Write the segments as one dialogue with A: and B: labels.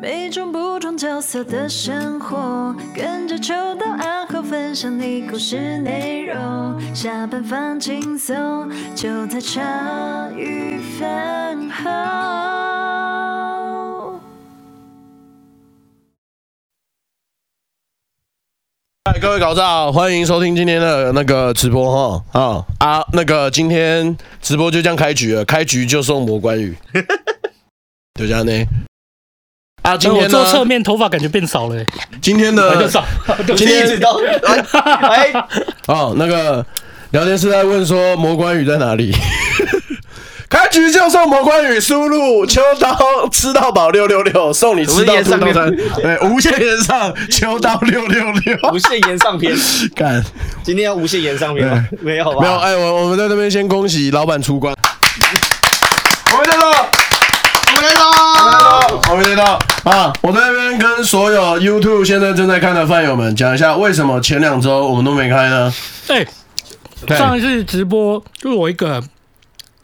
A: 每种不同角色的生活，跟着秋到暗号分享你故事内容。下班放轻松，就在茶余饭后。
B: 嗨，各位搞造，欢迎收听今天的那个直播哈啊啊，那个今天直播就这样开局了，开局就送魔关羽， 就这样呢。啊，今
C: 我
B: 天呢
C: 坐？侧面，头发感觉变少了、 欸，
B: 今天
C: 还就
B: 的
C: 少。 对不
B: 今
C: 起
B: 天
D: 知道？ 哎哎，
B: 哦，那个聊天室在问说魔关羽在哪里？ 开局就送魔关羽，输入秋刀吃到饱六六六，送你吃到
D: 无限
B: 肚
D: 上
B: 到
D: 面
B: 餐，对，无限延上秋刀六六六，
D: 无限延上篇，
B: 干。
D: 今天要无限延上篇吗？没有吧？
B: 没有，哎、我我们在这边先恭喜老板出关。我们在到，
D: 我们来喽！
B: 我们在到啊！我在这边跟所有 YouTube 现在正在看的饭友们讲一下，为什么前两周我们都没开呢？
C: 哎、上一次直播就是我一个，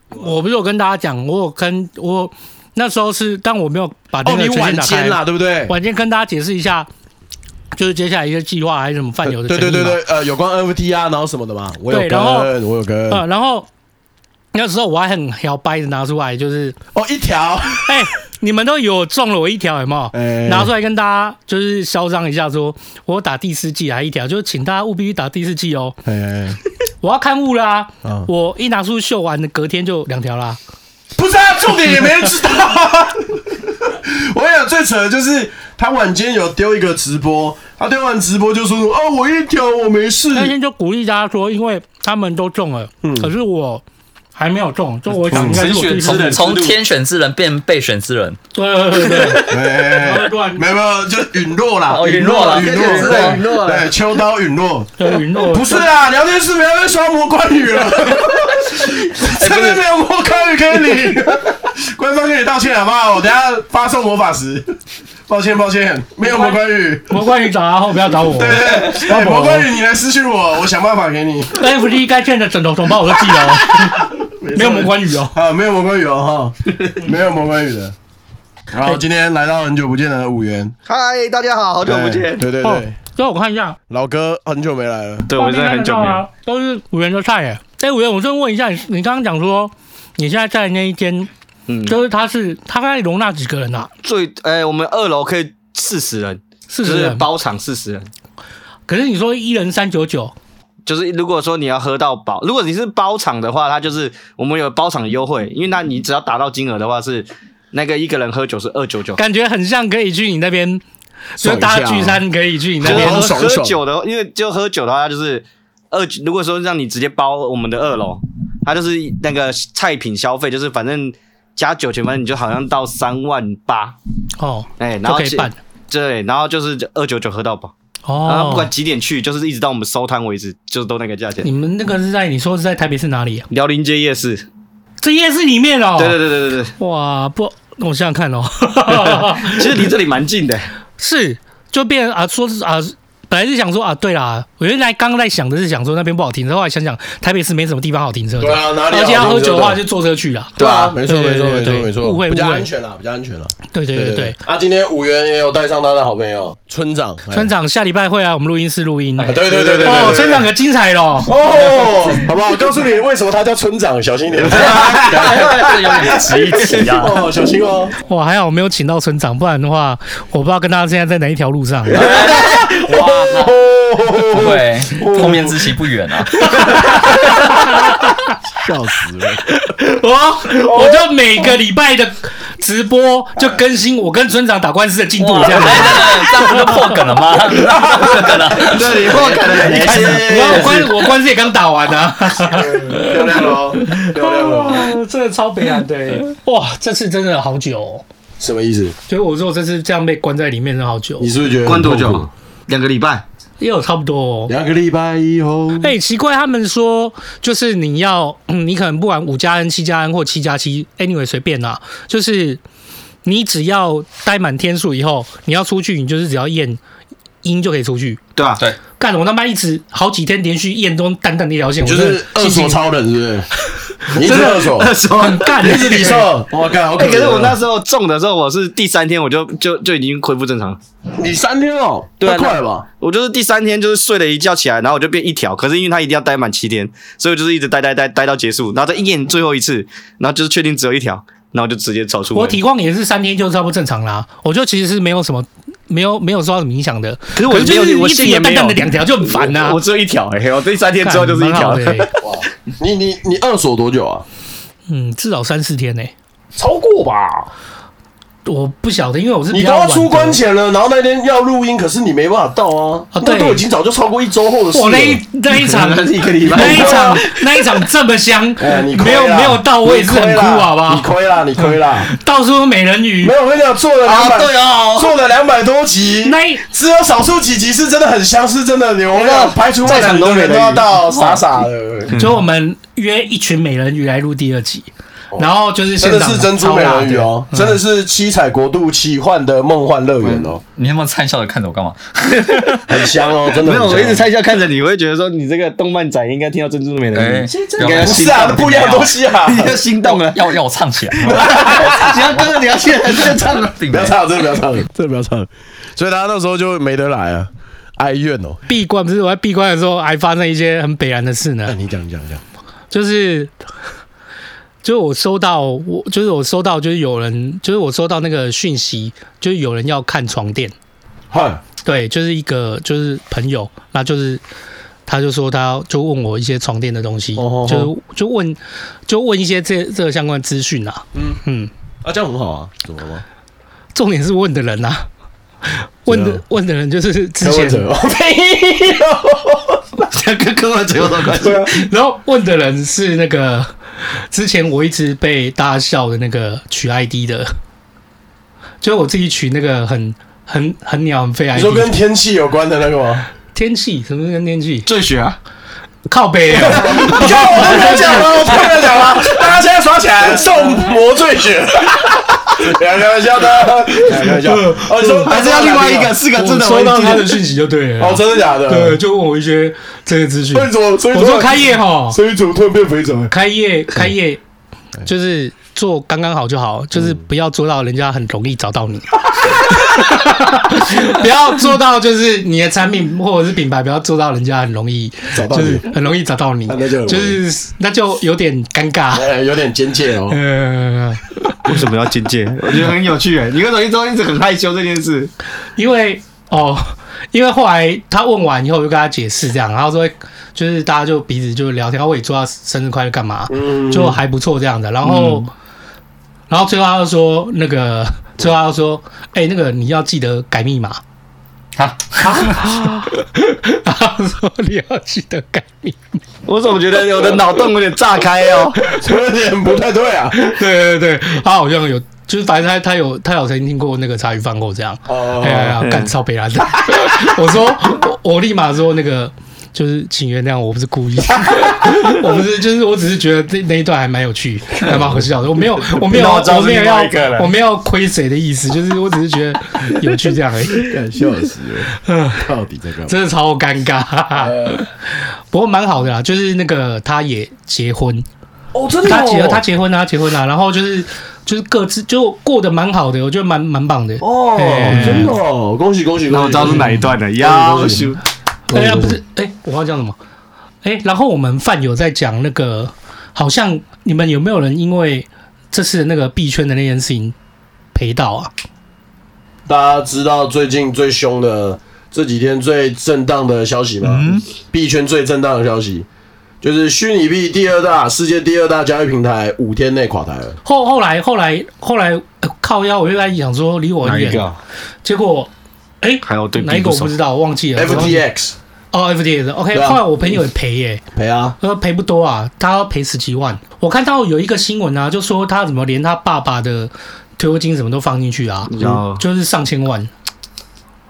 C: 我不是有跟大家讲，我有跟我那时候是，但我没有把那
B: 哦，
C: 个
B: 你
C: 权限
B: 晚
C: 打开。
B: 间啦，对不对？
C: 晚间跟大家解释一下，就是接下来一些计划还是什么饭友的
B: 对对对
C: 权益嘛
B: 对，呃，有关 NFT 啊，然后什么的嘛，我有
C: 对
B: 跟，
C: 然后
B: 我有跟，
C: 呃，然后那时候我还很摇摆的拿出来，就是
B: 哦，一条，
C: 哎、你们都有中了我一条，有没有？
B: 哎
C: 拿出来跟大家就是嚣张一下说，我打第四季还啊一条，就是请大家务必去打第四季哦，
B: 哎哎，哎
C: 我要刊物啦、
B: 嗯
C: 我一拿出秀完，隔天就两条啦。
B: 不是啊，重点也没人知道、啊。 我跟你讲，最扯的就是他晚间有丢一个直播，他丢完直播就说哦，我一条我没事，
C: 那天就鼓励大家说，因为他们都中了，可是我还没有中，就我想应该是我自己中的。
E: 从天选之人变被选之人，
C: 对对对对，
B: 哎，没有没有，就陨落啦，
E: 哦陨落啦
B: 陨落，
E: 对
B: 对
D: 陨落了
B: 对，秋刀陨落。
C: 对云诺
B: 不是啊，聊天室没有刷魔关羽了，这边没有魔关羽可以领，官方跟你道歉好不好？我等一下发送魔法石，抱歉抱歉，没有魔关羽。
C: 魔关羽找阿后，不要找我。
B: 对对，哎魔关羽你来私讯我，我想办法给你。
C: NFT 该欠的枕头同胞我都寄了哦，没有魔关羽哦。
B: 啊，没有魔关羽哦， 哈，没有魔关羽的。然后今天来到很久不见的五元，哎
D: 嗨，大家好，好久不见。
B: 对对
C: 哦
B: 对，，
C: 所以我看一下，
B: 老哥很久没来了。
F: 对，我真的很久没有。
C: 有，都是五元的菜耶。哎，五元，我先问一下，你你刚刚讲说你现在在那一间，
F: 嗯，
C: 就是它是它大概容纳几个人啊？
D: 最哎，我们二楼可以四十人，
C: 四
D: 就
C: 十
D: 是
C: 人。
D: 包场四十人。
C: 可是你说一人三九九，
D: 就是如果说你要喝到饱，如果你是包场的话，它就是我们有包场优惠，因为那你只要达到金额的话是那个一个人喝酒是二九九。
C: 感觉很像可以去你那边，就大家聚餐可以去你那
D: 就是
C: 边。
B: 很
D: 喝
B: 爽
D: 喝
B: 爽
D: 酒的，因为就喝酒的话，它就是二。如果说让你直接包我们的二楼，它就是那个菜品消费，就是反正加酒钱，反正你就好像到三万八，
C: 哦，
D: 哎，然
C: 就
D: 后
C: 可以
D: 其
C: 办。
D: 对，然后就是二九九喝到饱，然后不管
C: 哦，
D: 几点去，就是一直到我们收摊为止，就是都那个价钱
C: 你。们那个是在你说是在台北市哪里啊？
D: 辽宁街夜市，
C: 这夜市里面哦。
D: 对对对对对对，
C: 对。哇，不，我想想看哦，
D: 其实离这里蛮近 的，
C: 是就变啊，说是啊。本来是想说啊，对啦，我原来刚刚在想的是想说那边不好停车，后来想想台北市没什么地方好停车的，
B: 对啊哪里好
C: 而且要
B: 停
C: 喝
B: 车
C: 酒的话
B: 的
C: 就坐车去啦。
B: 对啊，没错
C: 对
B: 没错
C: 对
B: 没错
C: 对
B: 没错，
C: 误会
B: 比较
C: 误会
B: 安全啦，比较安全啦。
C: 对对对对对，
B: 啊，今天五元也有带上他的好朋友村长，哎
C: 村，长下礼拜会来我们录音室录音。
B: 啊对对对对，
C: 哦，
B: 对
C: 村长。
B: 对
C: 可精彩喽！
B: 哦，好不好？告诉你为什么他叫村长，小心一点。
E: 这有点奇奇啊！
B: 哦，小心哦！
C: 哇，还好我没有请到村长，不然的话，我不知道跟他现在在哪一条路 上。
B: 哦，
E: 对，后面之期不远啊。
B: 笑死了！
C: 我我就每个礼拜的直播就更新我跟村长打官司的进度，
E: 哇，
C: 这样子。
E: 这样不就破梗了吗？破梗了，
D: 对，你破梗了，你
B: 哎
C: 然后官 我官司也刚打完 啊，
B: 漂亮哦，漂亮哦！
C: 真的超悲哀的。哇，这次真的好久、哦，
B: 什么意思？
C: 所以我说这次这样被关在里面真的好久
B: 你，是不是觉得
D: 关
B: 很
D: 多
B: 痛苦
D: 久？？两个礼拜。
C: 也有差不多、哦。
B: 两个礼拜以后。
D: 嗯
C: 哎、奇怪，他们说就是你要， 嗯你可能不管五加 N、七加 N 或七加七，anyway 随便啦，就是你只要待满天数以后，你要出去，你就是只要验阴就可以出去。
D: 对啊，
E: 对
C: 干，我他妈一直好几天连续验都淡淡的一条线，
B: 你就
C: 我真
B: 是
C: 的
B: 二
C: 心
B: 手
C: 情
B: 超人，是不是？你一直二手，
D: 二手
C: 很干，
B: 你一直零售，我靠，好怜
D: 哎、
B: 哦
D: 可是我那时候中的时候，我是第三天我就就就已经恢复正常了。
B: 你三天哦，
D: 对啊
B: 太快了吧？
D: 我就是第三天就是睡了一觉起来，然后我就变一条。可是因为他一定要待满七天，所以我就是一直待待待待到结束，然后再验最后一次，然后就是确定只有一条，然后就直接走出门。
C: 我体况也是三天就差不多正常啦。我就其实是没有什么，没有没有受到什么影响的。可
D: 是我
C: 就
D: 没
C: 是
D: 有我
C: 一直
D: 信
C: 也
D: 也
C: 淡
D: 没有
C: 淡的两条就很烦呐、
D: 我只有一条哎、我第三天之后就是一条
C: 干蛮好的欸
B: 哇，你你你二手多久啊？
C: 嗯，至少三四天呢、欸
B: 超过吧？
C: 我不晓得，因为我是
B: 你
C: 比
B: 都
C: 较
B: 要
C: 晚的
B: 出关前了，然后那天要录音，可是你没办法到啊，
C: 啊
B: 那
C: 对
B: 都已经早就超过一周后的事了。
C: 我那一那一场
D: 一个礼拜
C: 那一 场那一场这么香，
B: 哎你亏
C: 没有
B: 啦
C: 没有到我也是
B: 你
C: 很
B: 亏
C: 哭，
B: 啦
C: 好不
B: 你
C: 好？
B: 亏啦，你亏啦。
C: 到处都美人鱼
B: 没，有，我跟你讲，做了两百，
E: 啊对哦
B: 做了两百多集，
C: 那一
B: 只有少数几集是真的很香，是真的流量，排除万
E: 在
B: 难
E: 场都
B: 的
E: 没
B: 人都要
E: 人
B: 到，傻傻的。
C: 就我们约一群美人鱼来录第二集，然后就是现
B: 哦真的
C: 场
B: 是珍珠
C: 超
B: 美
C: 辣
B: 人鱼哦，真的是七彩国度奇幻的梦幻乐园哦，
E: 你那么灿笑的看着我干嘛？
B: 很香 哦，真的
D: 没
B: 很
D: 有，
B: 香。
D: 我一直猜笑看着你，我会觉得说你这个动漫仔应该听到珍珠美人鱼，
E: 要
D: 应该要
B: 不
D: 心
B: 是啊，那
D: 动，
B: 不一样的东西 啊。
D: 你要心动了。
E: 要要我唱起来，
D: 你要跟着你要去在唱了，
B: 不要唱了，真的不要唱了，真的不要唱了。所以他那时候就没得来啊，哀怨哦。
C: 闭关不是我在闭关的时候还发生一些很北然的事呢
B: 那，哎你讲，你讲，你讲。
C: 就是。就是我收到，我就是我收到，就是有人，就是我收到那个讯息，就是有人要看床垫，
B: 嗨，
C: 对，就是一个就是朋友，那就是他就说他要就问我一些床垫的东西，
B: 哦哦哦
C: 就是就问就问一些这这个相关资讯啊，嗯嗯，
B: 啊，这样很好啊，怎么了吗？
C: 重点是问的人啊，问
B: 怎
C: 的
B: 样
C: 问的人就是之前，
B: 没哦有，
D: 跟跟我嘴有什么关系？
C: 啊然后问的人是那个之前我一直被大家笑的那个取 ID 的，就是我自己取那个很很很鸟很废
B: 你
C: ID，
B: 说跟天气有关的那个吗？
C: 天气什么跟天气
D: 赘学啊，
C: 靠背、啊。
B: 你看我突然讲了，我突然讲了，大家现在耍起 来，受魔罪 血。开玩笑的，开玩笑。哦，你说
D: 还是要另外一
B: 啊
D: 个四个
C: 我
D: 字的，
C: 收到他
D: 我
C: 的
D: 已经
C: 讯息就对了。
B: 哦，真的假的？
C: 对，，就问我一些这些资讯。
B: 所以怎么？所以
C: 我说开业哈，
B: 所以怎么突然变肥宅？
C: 开业开业就是做刚刚好就
B: 嗯
C: 好，就是不要做到人家很容易找到你， 不要做到就是你的产品或者是品牌不要做到人家很容易
B: 找到
C: 就
B: 你
C: 是很容易找到你
B: 那就很容，易
C: 就是那就有点尴 尬。
B: 哎，有点尖界哦。
C: 呃，
D: 为什么要境界？我觉得很有趣哎，你为什么一直一直很害羞这件事？
C: 因为哦， 因为后来他问完以后，我就跟他解释这样，然后说就是大家就彼此就聊天，然后我也祝他生日快乐干嘛，
B: 嗯
C: 就还不错这样的。然后，然后最后他就说那个，最后他就说，哎、那个你要记得改密码。
E: 啊，
C: 然后他说你要记得改密码。
D: 我怎么觉得我的脑洞有点炸开哦？
B: 有点不太对啊。
C: 对对对，他好像有，就是反正他他有他有曾经听过那个茶余饭后这样。
B: 哦
C: 哎，呀呀，干超北兰的！ 我说，我我立马说那个，就是请原谅我，我不是故意， 我不是，就是我只是觉得这那一段还蛮有趣，还蛮好笑的。我 没有，我没有，
D: 那我知道
C: 我
D: 是
C: 没有
D: 另
C: 要
D: 外一个了，
C: 我没有要亏谁的意思，就是我只是觉得有趣这样而已，
B: 干哎笑死了，嗯到底在干嘛？
C: 真的超尴尬。
D: 呃
C: 不过蛮好的啦，就是那个他也结婚，
B: 哦，
D: 哎
B: 真的
C: 他
B: 哦
C: 结他结婚啊，他结婚啊，然后就是就是各自就过得蛮好的，我觉得蛮蛮棒的。
B: 哦，
C: 哎
B: 真的哦，恭喜恭喜！
D: 那我知道是哪一段了，要羞。
C: 哎呀，不是，哎，我要讲什么？哎，然后我们饭友在讲那个，好像你们有没有人因为这次那个币圈的那件事情赔到啊？
B: 大家知道最近最凶的这几天最震荡的消息吗？币圈最震荡的消息就是虚拟币第二大世界第二大交易平台五天内垮台了。
C: 后后来后来后来、呃靠腰，我就在想说离我很远，
D: 啊？
C: 结果哎，
D: 还有对
C: 哪
D: 比
C: 一个
D: 不
C: 我
D: 熟
C: 不知道，我忘记了。
B: FTX
C: 哦，FTX OK，、
B: 对啊
C: 后来我朋友也赔耶、
B: 赔啊，
C: 呃，赔不多啊，他要赔十几万。我看到有一个新闻啊，就说他怎么连他爸爸的退休金什么都放进去啊，
D: 然后
C: 就是上千万。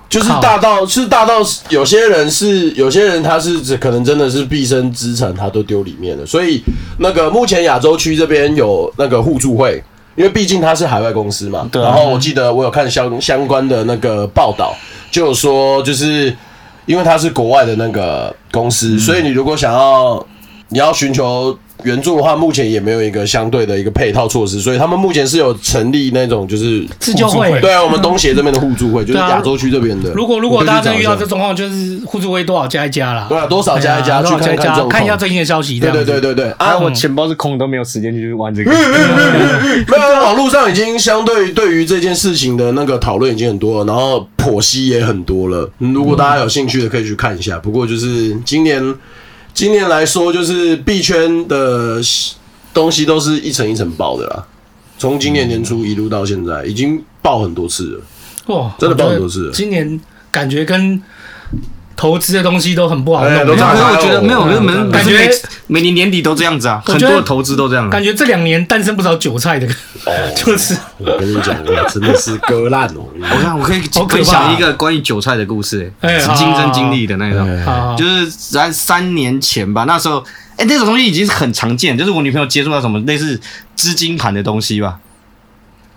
B: 就是大到是大到有些人是有些人他是只可能真的是毕生资产他都丢里面了，所以那个目前亚洲区这边有那个互助会。因为毕竟它是海外公司嘛，
D: 对啊
B: 然后我记得我有看相相关的那个报道，就有说就是
C: 嗯
B: 因为它是国外的那个公司，所以你如果想要你要寻求原住的话，目前也没有一个相对的一个配套措施，所以他们目前是有成立那种就是
C: 自救会
B: 对啊，我们东协这边的互助会，就是
C: 嗯对啊
B: 亚洲区这边的。
C: 如果如果
B: 你可以
C: 大
B: 去
C: 家真
B: 找
C: 的
B: 一
C: 遇
B: 下
C: 到这状况，就是互助会多少加一加啦。
B: 对啊，多少加一加，
C: 对
B: 去看
C: 啊多少
B: 看
C: 加一
B: 状
C: 加，看一下
B: 况。
C: 最近的消息。
B: 对
C: 这
B: 对
C: 样子
B: 对对对
D: 啊，
B: 啊！
C: 嗯
D: 我钱包是空的，都没有时间去玩这个。
B: 没有，网络上已经相对对于这件事情的那个讨论已经很多了，然后剖析也很多了。嗯如果大家有兴趣的，可以去看一下。不过就是今年，今年来说，就是币圈的东西都是一层一层爆的啦。从今年年初一路到现在，已经爆很多次了。
C: 哇，
B: 真的
C: 我觉得
B: 爆很多次了
C: 今年感觉跟投资的东西都很不好
B: 哎
C: 弄，
B: 都炸开
D: 可是
B: 了
D: 我觉得没有，可是每
C: 嗯感觉
D: 每次每年年底都这样子啊，
C: 我
D: 很
C: 觉得
D: 多的投资都这样啊。
C: 感觉这两年诞生不少韭菜的，
B: 哦
C: 就是
B: 我跟你讲，我真的是割烂 哦。
D: 我看我可以啊
C: 好可怕
D: 分享一个关于韭菜的故事，
C: 哎
D: 欸是亲身经历的那种。
B: 哎
C: 啊，
D: 就是在三年前吧，那时候，哎、那种东西已经是很常见，就是我女朋友接触到什么类似资金盘的东西吧。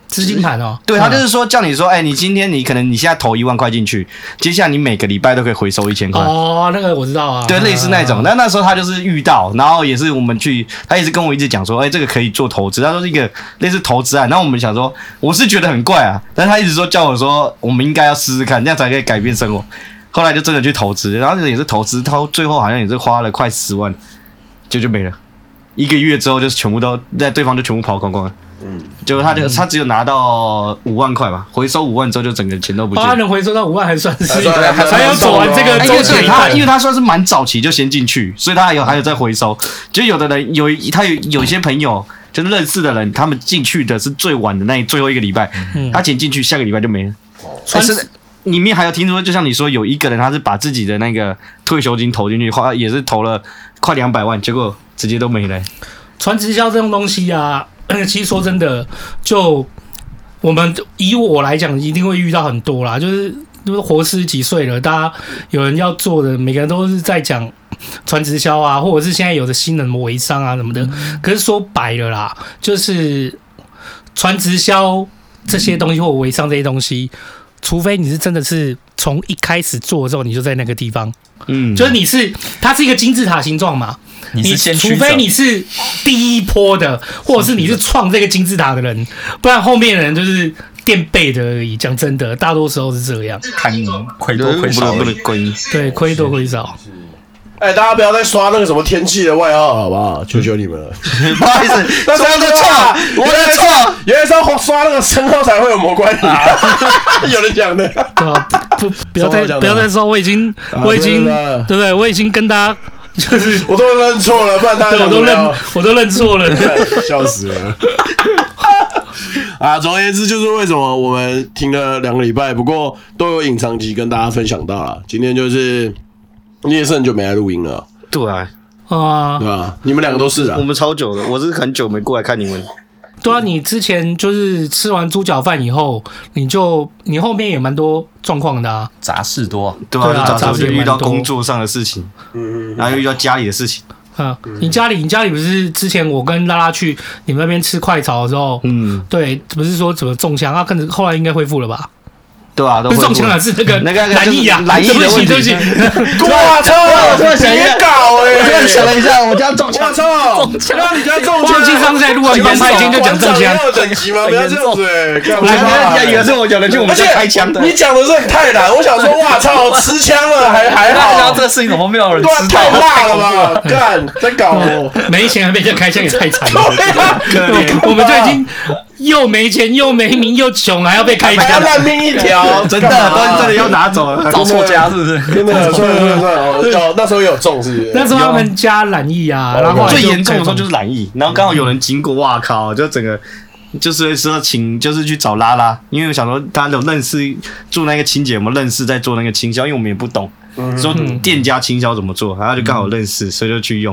C: 资金盘哦，
D: 对，他就是说叫你说，哎、你今天你可能你现在投一万块进去，接下来你每个礼拜都可以回收一
B: 嗯
D: 千块。
C: 哦，那个我知道啊，
D: 对，类似那种。那那时候他就是遇到，然后也是我们去，他也是跟我一直讲说，哎、这个可以做投资。他说是一个类似投资案。然后我们想说，我是觉得很怪啊，但是他一直说叫我说，我们应该要试试看，这样才可以改变生活。后来就真的去投资，然后也是投资，到最后好像也是花了快十万，就就没了。一个月之后就是全部都在对方就全部跑光光了。嗯，结果他就他只有拿到五万块吧，回收五万之后就整个钱都不见
C: 八
D: 了。
C: 能回收到五万还算是
B: 还哎算还，算
C: 还要走
B: 啊
C: 完这个
D: 哎因
C: 周
D: 为
C: 期
D: 对。他，因为他算是蛮早期就先进去，所以他还有还有在回收。就有的人有他有有一些朋友，就是认识的人，他们进去的是最晚的那最后一个礼拜，
C: 嗯
D: 他钱进去下个礼拜就没了。
C: 穿
D: 但是里面还有听说，就像你说，有一个人他是把自己的那个退休金投进去，花也是投了快两百万，结果直接都没了。
C: 传直销这种东西啊， 其实说真的，就我们以我来讲，一定会遇到很多啦，就是。就是活四十几岁了，大家有人要做的，每个人都是在讲传直销啊，或者是现在有的新人微商啊什么的。可是说白了啦，就是传直销这些东西或微商这些东西，除非你是真的是从一开始做的时候你就在那个地方，
D: 嗯，
C: 就是你是它是一个金字塔形状嘛，
E: 你
C: 你
E: 是先
C: 除非你是第一波的，或者是你是创这个金字塔的人，不然后面的人就是垫背的而已。讲真的，大多时候是这样，
E: 看你亏
D: 不
E: 多
D: 能
E: 亏
D: 不
E: 少
D: 能不能归。
C: 对，亏多亏少。
B: 哎，大家不要再刷那个什么天气的外号，好不好？求求你们 了。
D: 不好意思，
B: 那
D: 说
B: 真
D: 的
B: 的
D: 错，我的错。，
B: 原来是要刷那个称号才会有魔关啊！ 有人讲的，
C: 对吧？不，不不要
B: 稍
C: 再
B: 微讲的
C: 不要再说，我已经
B: 啊
C: 我已经
B: 对了
C: 对不对？我已经跟大 家就是。
B: 我都认错了，不然大家
C: 对，我
B: 想怎
C: 都
B: 么
C: 认
B: 样，
C: 我都认错了。
B: 笑死了。 啊，总而言之，就是为什么我们停了两个礼拜，不过都有隐藏集跟大家分享到了。今天就是聂胜就没来录音了，
D: 对啊，
C: 啊
B: 对，吧？你们两个都是啊
D: 我，们超久了，我是很久没过来看你们。
C: 对啊，你之前就是吃完猪脚饭以后，你就你后面也蛮多状况的啊。
E: 杂事多，
D: 对
C: 对啊
D: 啊，就
C: 杂
D: 早
C: 志
D: 就
C: 也
D: 遇
C: 蛮
D: 到
C: 多
D: 工作上的事情，嗯，然后又遇到家里的事情，
C: 啊，
B: 嗯
C: 你家里你家里不是之前我跟拉拉去你们那边吃快炒的时候，
D: 嗯，
C: 对，不是说怎么中枪啊，可能后来应该恢复了吧？
D: 对啊，都
C: 不是
D: 恢
C: 中
D: 复
C: 枪啊，
D: 了。
C: 是那个
D: 那个那个
C: 蓝翼啊，
D: 蓝翼的
C: 对不
D: 问
C: 起，
D: 题
C: 对不起，
B: 我操！我
E: 突然想一下
B: 别搞哎！
E: 突然想了一下，我家中
B: 我
E: 枪，
B: 操！让你家中
C: 忘
B: 枪
C: 记上次在录完
E: 你
C: 原
E: 们
C: 拍已经就讲中
B: 馆长
C: 枪
B: 也，有等级吗？不要这样子哎！干嘛
E: 我刚刚以为是我讲的，就我
B: 而
E: 们
B: 且
E: 在开枪的。
B: 你讲的是很太难，我想说，哇操，吃枪了还还
E: 然后
B: 好
E: 这，个事情怎么没有人
B: 对啊，
E: 知
B: 太
E: 道？
B: 辣了吧？干，在搞 我，
C: 没钱还被人家开枪也太惨了。
B: 对啊
C: 我们就已经又没钱又没名又穷，还要被开
B: 还要
C: 枪。
B: 烂命一
D: 哦
B: 条，
E: 真的，
B: 干
D: 啊
B: 嘛
E: 都真的要拿走了，找错家是不是？
B: 真的，算了算了算了，哦哦，那时候有中是不是？
C: 那时候他们家染疫啊，然后后来
D: 最
C: 就
D: 严重的时候就是
C: 开
D: 懒疫，然后刚好有人经过，哇靠，就整个。就是说请，就是去找拉拉，因为我想说他有认识做那个清洁，我们认识在做那个清销，因为我们也不懂，
B: 嗯
D: 说店家清销怎么做，然后就刚好认识，所以就去用。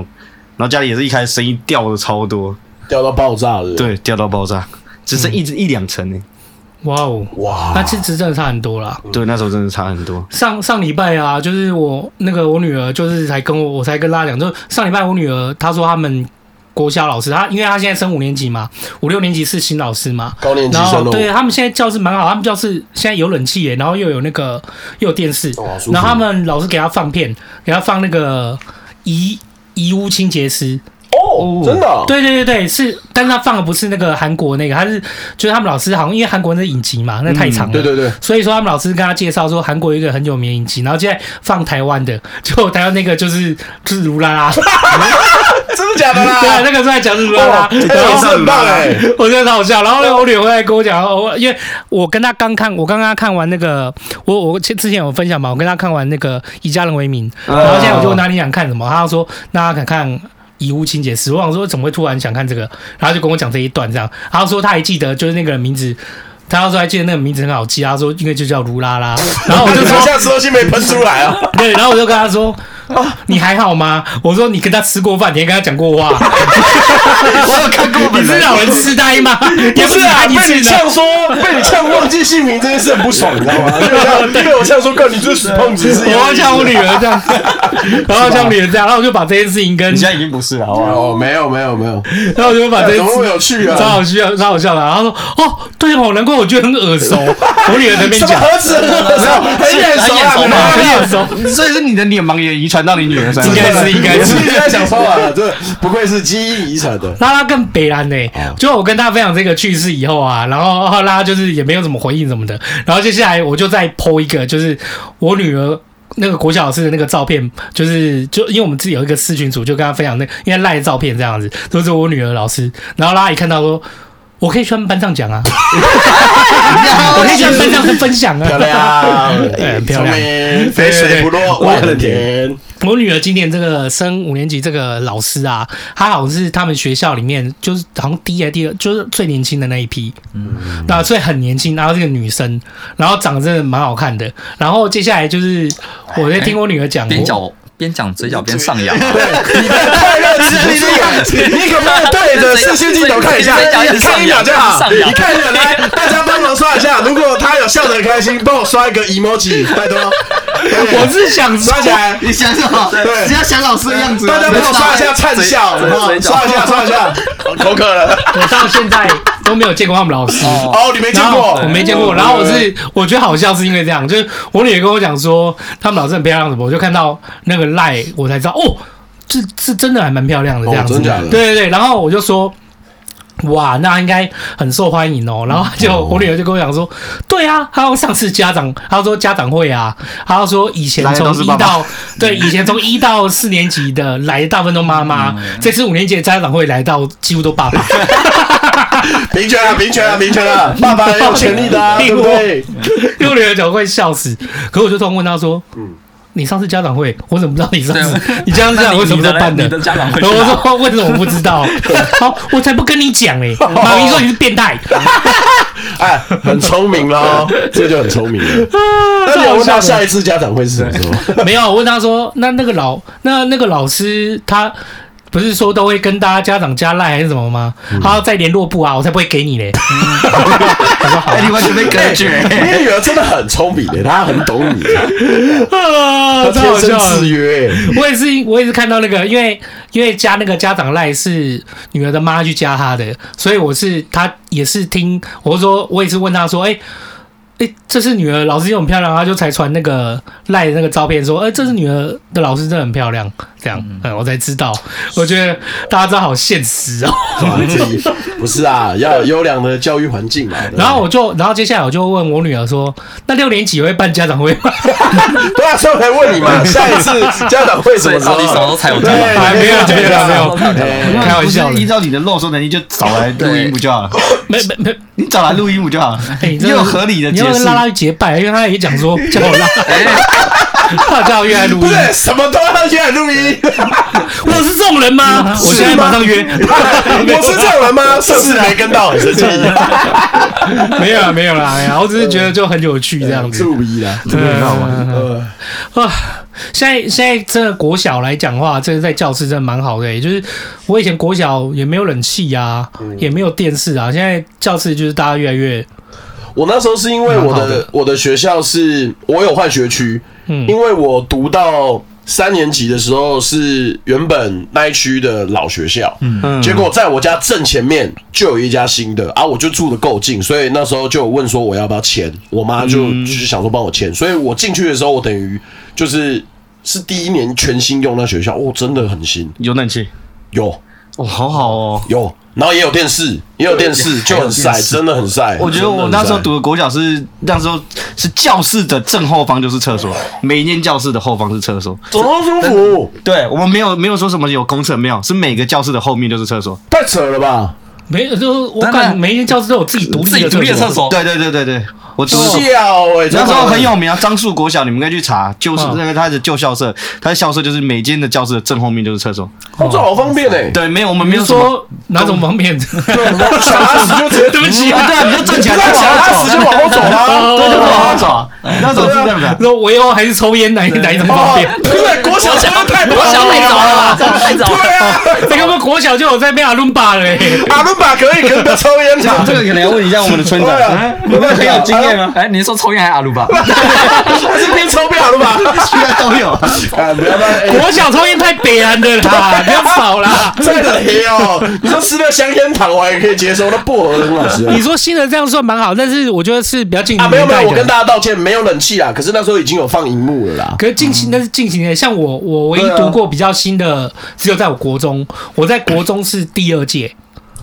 D: 然后家里也是一开始生意掉的超多，
B: 掉到爆炸了，，
D: 对，掉到爆炸，只剩一
B: 嗯
D: 只一两层呢。
C: 放。哇哦，那
B: 哇，
C: 其实真的差很多啦。
D: 对，那时候真的差很多。
C: 上上礼拜啊，就是我那个我女儿，就是才跟我我才跟她讲，就是上礼拜我女儿她说他们国小老师，她因为她现在升五年级嘛，五六年级是新老师嘛，
B: 高年级
C: 然
B: 生哦
C: 后
B: 了，
C: 对他们现在教室蛮好，他们教室现在有冷气耶，然后又有那个又有电视，
B: 哦好舒服
C: 然后他们老师给他放片，给他放那个遗遗屋清洁师。
B: 哦，真的哦，
C: 对对对对，是，但是他放的不是那个韩国那个，他是就是他们老师好像因为韩国那影集嘛，那太长了，
B: 对对对，
C: 所以说他们老师跟他介绍说韩国有一个很有名的影集，然后现在放台湾的，结果台湾那个就是就是如啦啦，
B: 真的假的
C: 对啊，
B: 啦？
C: 那个是在讲是如啦啦
B: 哇，，这
C: 然
B: 老
C: 后
B: 师很棒哎，
C: 我觉得超好笑。然后那个欧脸回来跟我讲，我因为我跟他刚看，我刚刚看完那个，我我之之前有分享嘛，我跟他看完那个《以家人为名》，
D: 嗯
C: 然后现在我就问他你想看什么，他就说那他想看《遗物清洁师》，我想说怎么会突然想看这个，然后就跟我讲这一段这样，然后说他还记得就是那个人名字。他说还记得那个名字很好记，他说因为就叫卢拉拉，然后我就
B: 你
C: 说
B: 们下吃东西没喷出来啊？
C: 对，然后我就跟他说：“啊，你还好吗？”我说：“你跟他吃过饭，你还跟他讲过话，我有看过，你是老人痴呆吗？也
B: 不
C: 是
B: 是啊，
C: 看一
B: 被
C: 次
B: 你
C: 呢。
B: 呛说，被你呛忘记姓名这件事很不爽，你知 道吗？就像被我呛说，告你这死胖子是一样的意思。
C: 我要像我女儿这样，然后像我女儿这样，然后我就把这件事情跟
D: 你，现在已经不是了，好不好？
B: 哦，没有没有没有，哎
C: 然后我就把这
B: 怎
C: 件
B: 么那么
C: 事。
B: 有趣
C: 超
B: 啊？
C: 好笑，超好笑的。然后说：“哦，对哦，难怪我觉得很耳熟。”我女儿在那边
B: 怎么
C: 讲，
B: 何止很耳熟，很眼熟啊！
E: 很眼熟
C: 很
B: 没有
C: 耳熟。
D: 所以是你的脸盲也遗传到你女儿身上，
C: 应该是应该是
B: 我在想说啊，这不愧是基因遗传 的。
C: 拉拉更北兰呢、
B: 哦
C: 就我跟大家分享这个趣事以后啊，然后拉拉就是也没有怎么回应什么的，然后接下来我就再 PO 一个，就是我女儿。那个国小老师的那个照片，就是就因为我们自己有一个私群组，就跟她分享那应该赖的照片这样子，都是我女儿老师。然后拉拉一看到说，我可以去他们班上 讲啊，我可以去他们班上分享啊，
B: 漂哎亮，
C: 对漂亮
B: 聪明肥水不落外人田。
C: 我女儿今年这个升五年级，这个老师啊，她好像是他们学校里面就是好像第一还第二，就是最年轻的那一批，嗯，那所以很年轻，然后这个女生，然后长得真的蛮好看的，然后接下来就是我在听我女儿讲，
E: 边
C: 我
E: 讲边讲嘴角边上扬，啊
B: 你的快乐指数是一个，你可不可以对着视讯镜头看一下？你看一秒就好，你看一秒来，大家帮忙刷一下。如果他有笑得很开心，帮我刷一个 emoji，拜托。
C: 我是想说
B: 刷起来，
F: 你想什么？
B: 对
F: 只要想老师的样子啊。
B: 大家帮我刷一下灿笑，
E: 嘴
B: 好不好
E: 嘴角
B: 刷一下，刷一下。口渴了，
C: 我到现在都没有见过他们老师，
B: 哦，你没见
C: 然后
B: 过，
C: 我没见过。然后我是我觉得好笑，是因为这样，就是我女儿跟我讲说他们老师很漂亮什么，我就看到那个赖，我才知道哦，这这真的还蛮漂亮的
B: 哦
C: 这样子。
B: 真假的
C: 对对对，然后我就说。哇，那应该很受欢迎哦。然后
B: 嗯
C: 就、我女儿就跟我讲说，对啊，还有上次家长，她说家长会啊，她说以前
D: 来的
C: 从
D: 都是
C: 一
D: 爸爸
C: 到对以前从一到四年级的来的大部分都妈妈，
B: 嗯
C: 这次五年级的家长会来到几乎都爸爸。
B: 平权了，平权了，平权了，爸爸很有权利的啊，对不对？
C: 因为我女儿讲会笑死，可我就突然问她说：“你上次家长会，我怎么不知道你上次
E: 对
C: 你家长会什么时候办
E: 你的家长会
C: 然
E: 去
C: 后
E: 哪？
C: 我说：“为什么我不知道？”好，我才不跟你讲嘞！马明说你是变态，
B: 哎，很聪明喽，这就很聪明了。那你有问他下一次家长会是什么时候？
C: 没有啊我问他说：“那那个老那那个老师他不是说都会跟大家家长加赖还是什么吗？他要再联络部啊，我才不会给你嘞。
D: 哎，你完全被隔 绝。
E: 哎
B: 你女儿真的很聪明的，她很懂你，”
C: 啊
B: 她
C: 太好
B: 天生
C: 笑了
B: 制约。
C: 我也是，我也是看到那个，因为因为加那个家长赖是女儿的妈去加他的，所以我是他也是听我说，我也是问他说，哎、哎、这是女儿，老师又很漂亮，他就才传那个赖的那个照片说，哎、这是女儿的老师，真的很漂亮，这样，嗯，我才知道，我觉得大家真的好现实哦。
B: 哇自己不是啊，要有优良的教育环境嘛。对吧
C: 然后我就，然后接下来我就问我女儿说，那六年级会办家长会吗？
B: 对啊，所以我才问你 嘛，下一次家长会什么时候？
E: 所以到底什么时候才有家长会
B: 对
C: 哎没有没有没有
B: 哎
C: 开玩笑的
D: 不是依照你的肉收能力，就找来录音不就好了？
C: 没没没，
D: 你找来录音不就好了？
C: 哎、你
D: 你
C: 真的
D: 有合理的
C: 你
D: 解
C: 要跟
D: 释
C: 拉。拉去结拜，因为他也讲 说叫我拉，他叫我越来录
B: 不
C: 音。
B: 是什么都要去录 音，
C: 我是这种人吗？ 我现在马上约。
B: 我是这样人吗？上次没跟到，很生气，
C: 没有啦，啊没有 啦，没有啦，我只是觉得就很有 趣这样子。
B: 注意啦，
C: 对嗯
D: 很好玩
B: 呃，
C: 啊，现在现在真的国小来讲的话，真的在教室真的蛮好的、欸，就是我以前国小也没有冷气啊，也没有电视啊，现在教室就是大家越来越
B: 我那时候是因为我
C: 蛮好
B: 的
C: 的
B: 我的学校是我有换学区，
C: 嗯
B: 因为我读到三年级的时候是原本那一区的老学校，嗯，结果在我家正前面就有一家新的啊，我就住的够近，所以那时候就有问说我要不要签，我妈就
C: 嗯
B: 就是想说帮我签，所以我进去的时候我等于就是是第一年全新用那学校，哦，真的很新，
D: 有冷气，
B: 有
D: 哇，好好哦。
B: 有，然后也有电视，也有电视，就很晒，真的很晒。
D: 我觉得我
B: 真的
D: 那
B: 很晒
D: 时候读的国小是那时候是教室的正后方就是厕所，每一间教室的后方是厕所。
B: 怎么那么舒服？
D: 对我们没有没有说什么有公厕没有，是每个教室的后面就是厕所。
B: 太扯了吧！
C: 没有，就我
E: 等等
C: 感每一间教室都有自己独立的
E: 自己独立的厕
C: 厕
E: 所哦
D: 对对对对对，我读的
B: 笑哎，
D: 哦 那时候很
B: 真的
D: 有名啊，樟树国小，你们应该去查，就是那个他的旧校舍，他的校舍就是每间的教室的正后面就是厕所。
B: 哦，这好方便哎。
D: 对，没有，我们没
C: 你
D: 有
C: 是
D: 什么，
C: 说哪种方面？ 对哦
B: 想拉屎就直接对不
D: 对啊，你就站起来，
B: 想拉屎就往后走哦啦。
D: 对，就往后走啊， 那种是这样的。
C: 那围殴还是抽烟哪一哪一种方便？
B: 对，国小真的太
E: 国小太早了吧，真的太早了。
B: 对啊，
C: 这个我们国小就有在被阿伦巴了欸，
B: 阿伦巴可以，可是不要抽烟
D: 这
B: 啊。
D: 这个可能要问一下我们的村长
B: 对啊
D: 哎你们很有经
G: 啊
D: 验啊吗？
E: 哎，你是说抽烟还是阿鲁吧？
B: 还是边抽边阿伦巴。
D: 应该都有。
B: 啊，不要乱。
C: 国小抽烟太北然的啦，不要吵啦。
B: 真的黑哦！你说吃了香烟糖，我还可以接受，那薄荷很好吃啊。
C: 你说新的这样算蛮好，但是我觉得是比较近
B: 啊，
C: 期
B: 没有没有，我跟
C: 他。
B: 大家道歉，没有冷气啦。可是那时候已经有放荧幕了啦。
C: 可是近期那是近期的，像我我唯一
B: 对啊
C: 读过比较新的，只有在我国中，我在国中是第二届，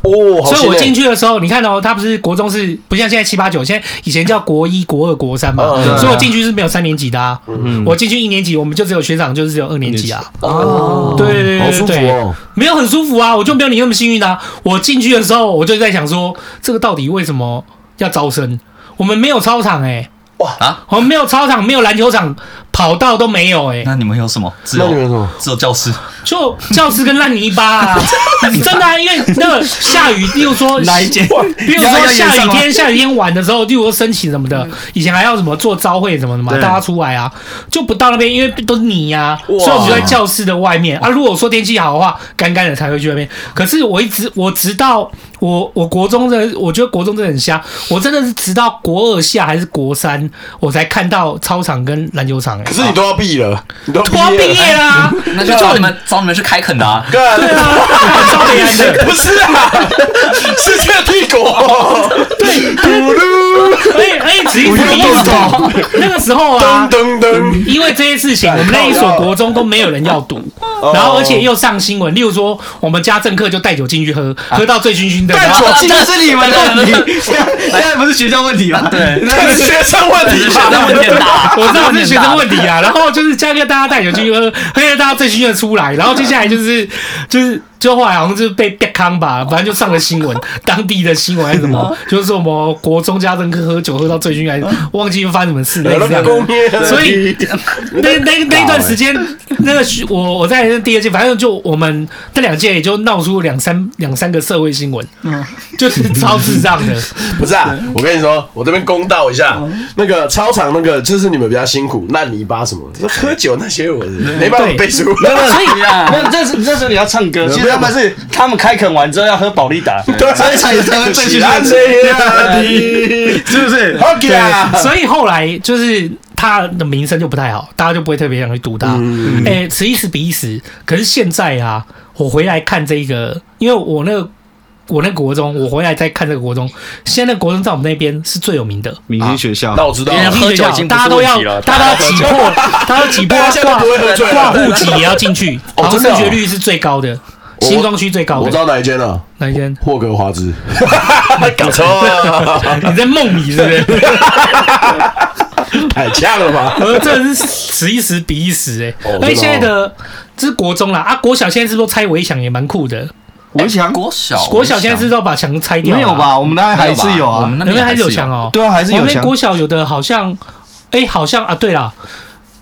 B: 哦，好
C: 所以
B: 新
C: 我
B: 欸
C: 进去的时候，你看哦，他不是国中是不像现在七八九，现在以前叫国一、国二、国三嘛，
B: 嗯对啊
C: 所以我进去是没有三年级的啊。
D: 嗯
C: 我进去一年级，我们就只有学长，就是只有二年级啊。
B: 哦，
C: 对对对
B: 好
C: 对
B: 舒服
C: 对
B: 哦。
C: 没有很舒服啊，我就没有你那么幸运啊。我进去的时候，我就在想说，这个到底为什么要招生？我们没有操场哎、
B: 哇
E: 啊！
C: 我们没有操场，没有篮球场，跑道都没有哎、
E: 那你们有什么？只
B: 那你们有什
E: 有
B: 么
E: 只有教室，
C: 就教室跟烂泥巴啊，真的、啊，因为那个下雨，例如说
D: 哪 一间？
C: 比如说下雨天，下雨天晚的时候，例如说升旗什么的，以前还要什么做招会什么的嘛，
D: 对
C: 大家出来啊，就不到那边，因为都是泥呀、
B: 哇
C: 所以我们就在教室的外面啊。如果说天气好的话，干干的才会去外面。可是我一直，我直到我我国中的，我觉得国中真的很瞎，我真的是直到国二下还是国三，我才看到操场跟篮球场、欸。
B: 可是你都要毕了，你都要
C: 我要毕
B: 了
C: 业啦，
E: 那就找你们找你们去开垦的啊。
B: 干
C: 对 啊，超悲哀的。
B: 不是啊，世界帝国，对，咕噜
C: 而且而且只一直一直走， 那个时候啊
B: 噔，噔噔，
C: 因为这些事情，我们那一所国中都没有人要读，然后而且又上新闻，例如说我们家政课就带酒进去喝，喝到醉醺醺的，然后
B: 酒精
D: 这是你们的问
E: 对
D: 题，现在不是学校问题吗？对，
B: 这是学生问题
E: 学生问
B: 吧？
E: 题很大，
C: 我知道是学生问题啊，然后就是加个大家带酒进去喝，喝到大家醉醺醺的出来，然后接下来就是就是就后来好像就是被被康吧，反正就上了新闻， 当地的新闻还是什么，就是什么国中家政课喝酒喝到醉醺，还是忘记发生什么事类似这样的。所以那那那一段时间，那个学我我在第二届，反正就我们那两届也就闹出两三两三个社会新闻， 就是超智障的。
B: 不是啊，我跟你说，我这边公道一下，那个操场那个就是你们比较辛苦，烂泥巴什么的，喝酒那些我没办法背书。
C: 所以
D: 那这是那时候你要唱歌，其实他们是他们开垦完之后要喝保利达，
B: 所以才
D: 会最
B: 喜
D: 喜
B: 欢
D: 欢
B: 这样的，
D: 是不是？
B: OK 啊，
C: 所以后来就是他的名声就不太好，大家就不会特别想去读他。哎、此一时彼一时。可是现在啊，我回来看这个，因为我那个我那个国中，我回来再看这个国中，现在那个国中在我们那边是最有名的。
D: 明星学校
B: 那我知道
E: 因为
B: 了，
E: 喝酒已经不
C: 大家
E: 是
C: 都
E: 问题
C: 要，
E: 了，
C: 大家都挤破，大家都挤破
B: 大家现在都不会喝醉
C: 挂
B: 了
C: 挂户籍也要进去，
B: 哦
C: 好像
B: 真的哦
C: 升学率是最高的，
B: 我
C: 新庄区最高
B: 我知
C: 的。
B: 道哪一间了，
C: 哪一间？
B: 霍格华 兹，搞错了，
C: 你在梦里是不是？
B: 太呛了吧？
C: 呃，真的是此一时彼一时哎、
B: 哦
C: 而且现在的这是国中啦，啊，国小现在是不是都拆围墙也蛮酷的？
D: 我想
E: 国小
C: 国小现在是不是都把墙拆掉，啊
D: 没有？吧？我们那还是啊有
E: 我
D: 啊
E: 们，那
C: 那边
E: 边
C: 还是有
E: 墙
C: 墙。哦、
D: 对啊，还是
C: 我
D: 有
C: 们
D: 墙。
C: 国小有的好像，哎、好像啊，对啦，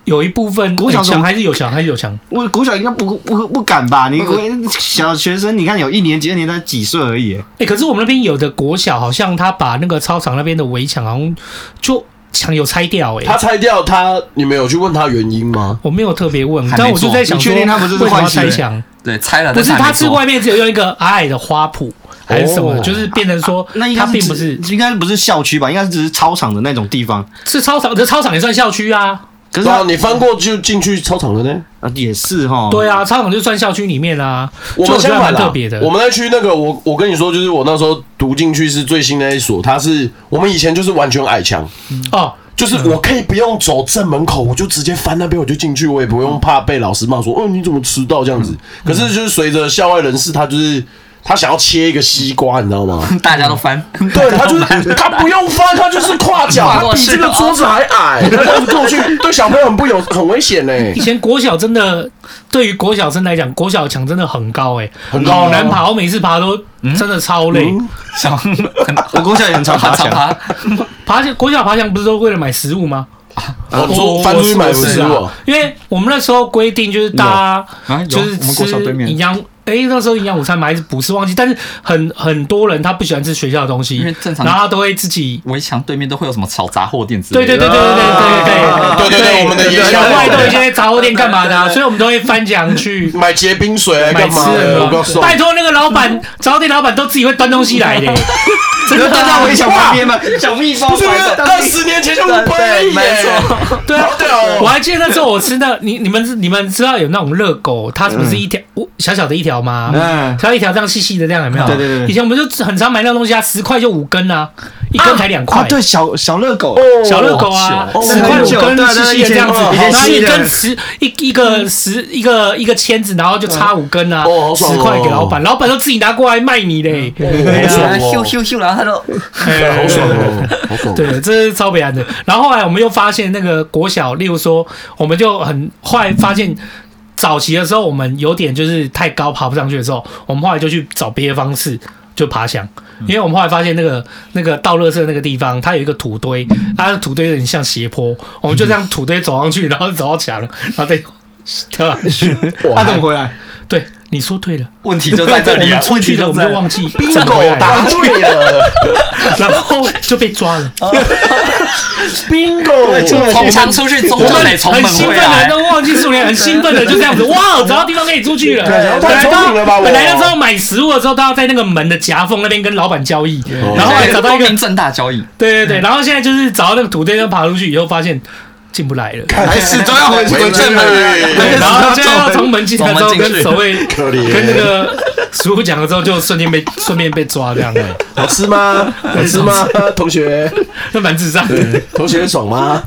C: 有一部分
D: 国小
C: 哎
D: 怎么
C: 墙还是有墙，还是有墙。
D: 我国小应该不不不敢吧？你我 小学生，你看有一年级、二年级才几岁而已耶，
C: 哎、可是我们那边有的国小好像他把那个操场那边的围墙好像就墙有拆掉哎、
B: 他拆掉他，你们有去问他原因吗？
C: 我没有特别问，
E: 还没
C: 但我就
E: 做
C: 在想
D: 你
C: 说，
D: 确定他不是
C: 为什么要
D: 换新的
C: 拆墙？
E: 对，拆了，
C: 不是，
E: 但
C: 他
E: 还没
C: 是
E: 做
C: 外面只有用一个矮矮的花圃还是什么，
B: 哦
C: 就是变成说，
D: 那应该
C: 它并不是
D: 只应该不是校区吧？应该只是操场的那种地方。
C: 是操场，这操场也算校区啊。
D: 可是
B: 对啊，
D: 它
B: 你翻过就进去操场了呢。
D: 啊也是哈，
C: 对啊，操场就算校区里面啊。
B: 我
C: 就
B: 们
C: 我觉
B: 相
C: 得
B: 反
C: 蛮
B: 啦
C: 特别的。
B: 我们那区那个，我我跟你说，就是我那时候读进去是最新的那一所，它是我们以前就是完全矮墙，
C: 哦，
B: 就是我可以不用走正门口，我就直接翻那边，我就进去，我也不用怕被老师骂说，哦，你怎么迟到这样
C: 嗯
B: 子。可是就是随着校外人士，他就是他想要切一个西瓜，你知道吗？
G: 大家都翻，
B: 对他就是他不用翻，他就是跨脚，
G: 跨
B: 他
G: 过
B: 比
G: 去
B: 这个
G: 哦
B: 桌子还矮，他这样子过去，对小朋友很不友很危险呢。
C: 以前国小真的，对于国小生来讲，国小墙真的很高哎、
B: 很高啊
C: 好难爬。我每次爬都真的超累，
G: 想很
D: 我国小也很常爬
G: 长
D: 墙，
G: 爬，
C: 爬墙国小爬墙不是都为了买食物吗？
B: 我
C: 我
B: 桌翻出去买
C: 我是
B: 食物
C: 啊，因为我们那时候规定就是大
D: 啊
C: 家
D: 有
C: 就是
D: 我们国
C: 吃
D: 小对面
C: 营养，哎、那时候营养午餐嘛还是补是忘记，但是很很多人他不喜欢吃学校的东西，
G: 因为正常
C: 然后他都会自己。
G: 围墙对面都会有什么炒杂货店之类
C: 对对
G: 的。
C: 对对
B: 对对
C: 对对
B: 对，我们的
C: 对
B: 学
C: 对，
B: 校
C: 墙外都有一些杂货店干嘛的啊、所以我们都会翻墙去
B: 买结冰水来
C: 买
B: 干
C: 吃
B: 嘛
C: 的
B: 的？我告
C: 嘛
B: 诉。你，
C: 拜托那个老板，早点老板都自己会端东西来的，
D: 真的站在围墙旁边吗？小蜜蜂
B: 不是不是，哦二十年前就不背耶，
C: 对啊
B: 好屌哦，
C: 我还记得那时候我吃那，你你们你们知道有那种热狗，它不是一条、我小小的一条吗？
D: 嗯
C: 它一条这样细细的这样有没有？
D: 对对对对
C: 以前我们就很常买那种东西啊，十块就五根啊，一根才两块、
D: 啊，对，小小热狗，
C: 小热狗啊，
B: 哦
C: 十块五
D: 对
C: 根
D: 对
C: 细
D: 对
C: 细的这样子，
D: 以前
C: 然后嗯一
D: 以前
C: 根十一一个十一个一个签子，然后就插五根啊
B: 哦好，爽哦
C: 十块给老板，老板都自己拿过来卖你嘞。
B: 好爽
G: 咻
B: 哦，
G: 咻咻，然后他就
B: 好爽哦，好爽。
C: 对，这是超北岸的。然后后来我们又发现，那个国小，例如说，我们就很后来发现，早期的时候我们有点就是太高爬不上去的时候，我们后来就去找别的方式，就爬墙。因为我们后来发现那个那个倒垃圾那个地方，它有一个土堆，它的土堆有点像斜坡，我们就这样土堆走上去，然后走到墙，然后再 跳下去。
D: 他怎么回来？
C: 对，你说对了，
G: 问题就在这里啊！
C: 出去了我们就忘记怎么回
B: 狗
C: 来了，
B: 答对了
C: 然后就被抓了。
B: ，bingo，
G: 从墙出去，终
C: 我
G: 究
C: 们
G: 得从
C: 很
G: 门
C: 兴
G: 回
C: 奋的
G: 来。
C: 都忘记数年，很兴奋的就这样子，哇，找到地方可以出去了。
B: 对
C: 本来
B: 太聪明了吧
C: 都
B: 我
C: 本来那时候买食物的时候都要在那个门的夹缝那边跟老板交易，
B: 哦
C: 然后后来找到一
G: 光
C: 个，
G: 明正大交易，
C: 对对对，然后现在就是找到那个土堆，就爬出去以后发现进不来了。
D: 还
B: 哎
D: 始终要回回正门，
C: 对，然后现在要从门进来之后，
G: 从门进
C: 跟
G: 去
C: 守卫
B: 可怜
C: 跟那个食物讲了之后，就瞬间被 顺便被抓这样的，
B: 好吃吗？好吃吗？同学，
C: 那蛮智障的。
B: 同学爽吗？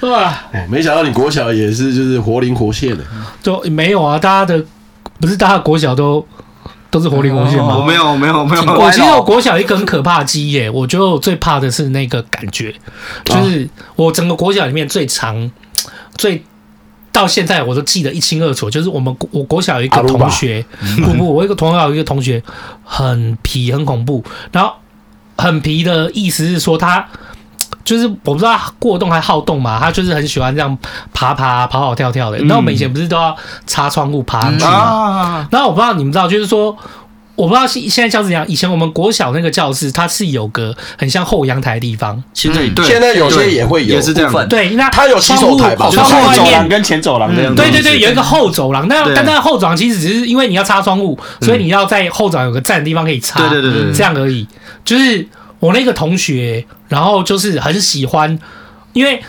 C: 哇，
B: 哦没想到你国小也是就是活灵活现的，
C: 就没有啊，大家的不是大家国小都都是活灵活现吗？
D: 我哦没有，我没有，我没有，
G: 挺
C: 我
G: 乖的
C: 其实我国小一个很可怕的记忆耶，我觉得我最怕的是那个感觉，
B: 哦
C: 就是我整个国小里面最长、最到现在我都记得一清二楚，就是我们国我国小有一个
B: 阿鲁巴嗯
C: 同学，不不，我有一个同学有一个同学很皮很恐怖，然后很皮的意思是说他。就是我不知道他过动还好动嘛，他就是很喜欢这样爬爬跑跑跳跳的。那、我
B: 嗯
C: 们以前不是都要擦窗户爬上去吗？
D: 啊，
C: 然后我不知道你们知道，就是说，我不知道现现在教室怎样。以前我们国小那个教室，它是有个很像后阳台的地方，
D: 现在对，
B: 现在有些也会有
D: 也是这样，
G: 部分
C: 对，那
B: 它有洗手台吧
D: 就是
C: 窗户窗户
D: 后
C: 外
D: 走
C: 面
D: 廊。跟前走廊这样，
C: 对对对，有一个后走廊，那
D: 对
C: 但那后走廊其实只是因为你要擦窗户，所以你要在后走廊有个站的地方可以擦，
D: 对对对对对
C: 这样而已。就是我那个同学，然后就是很喜欢，因为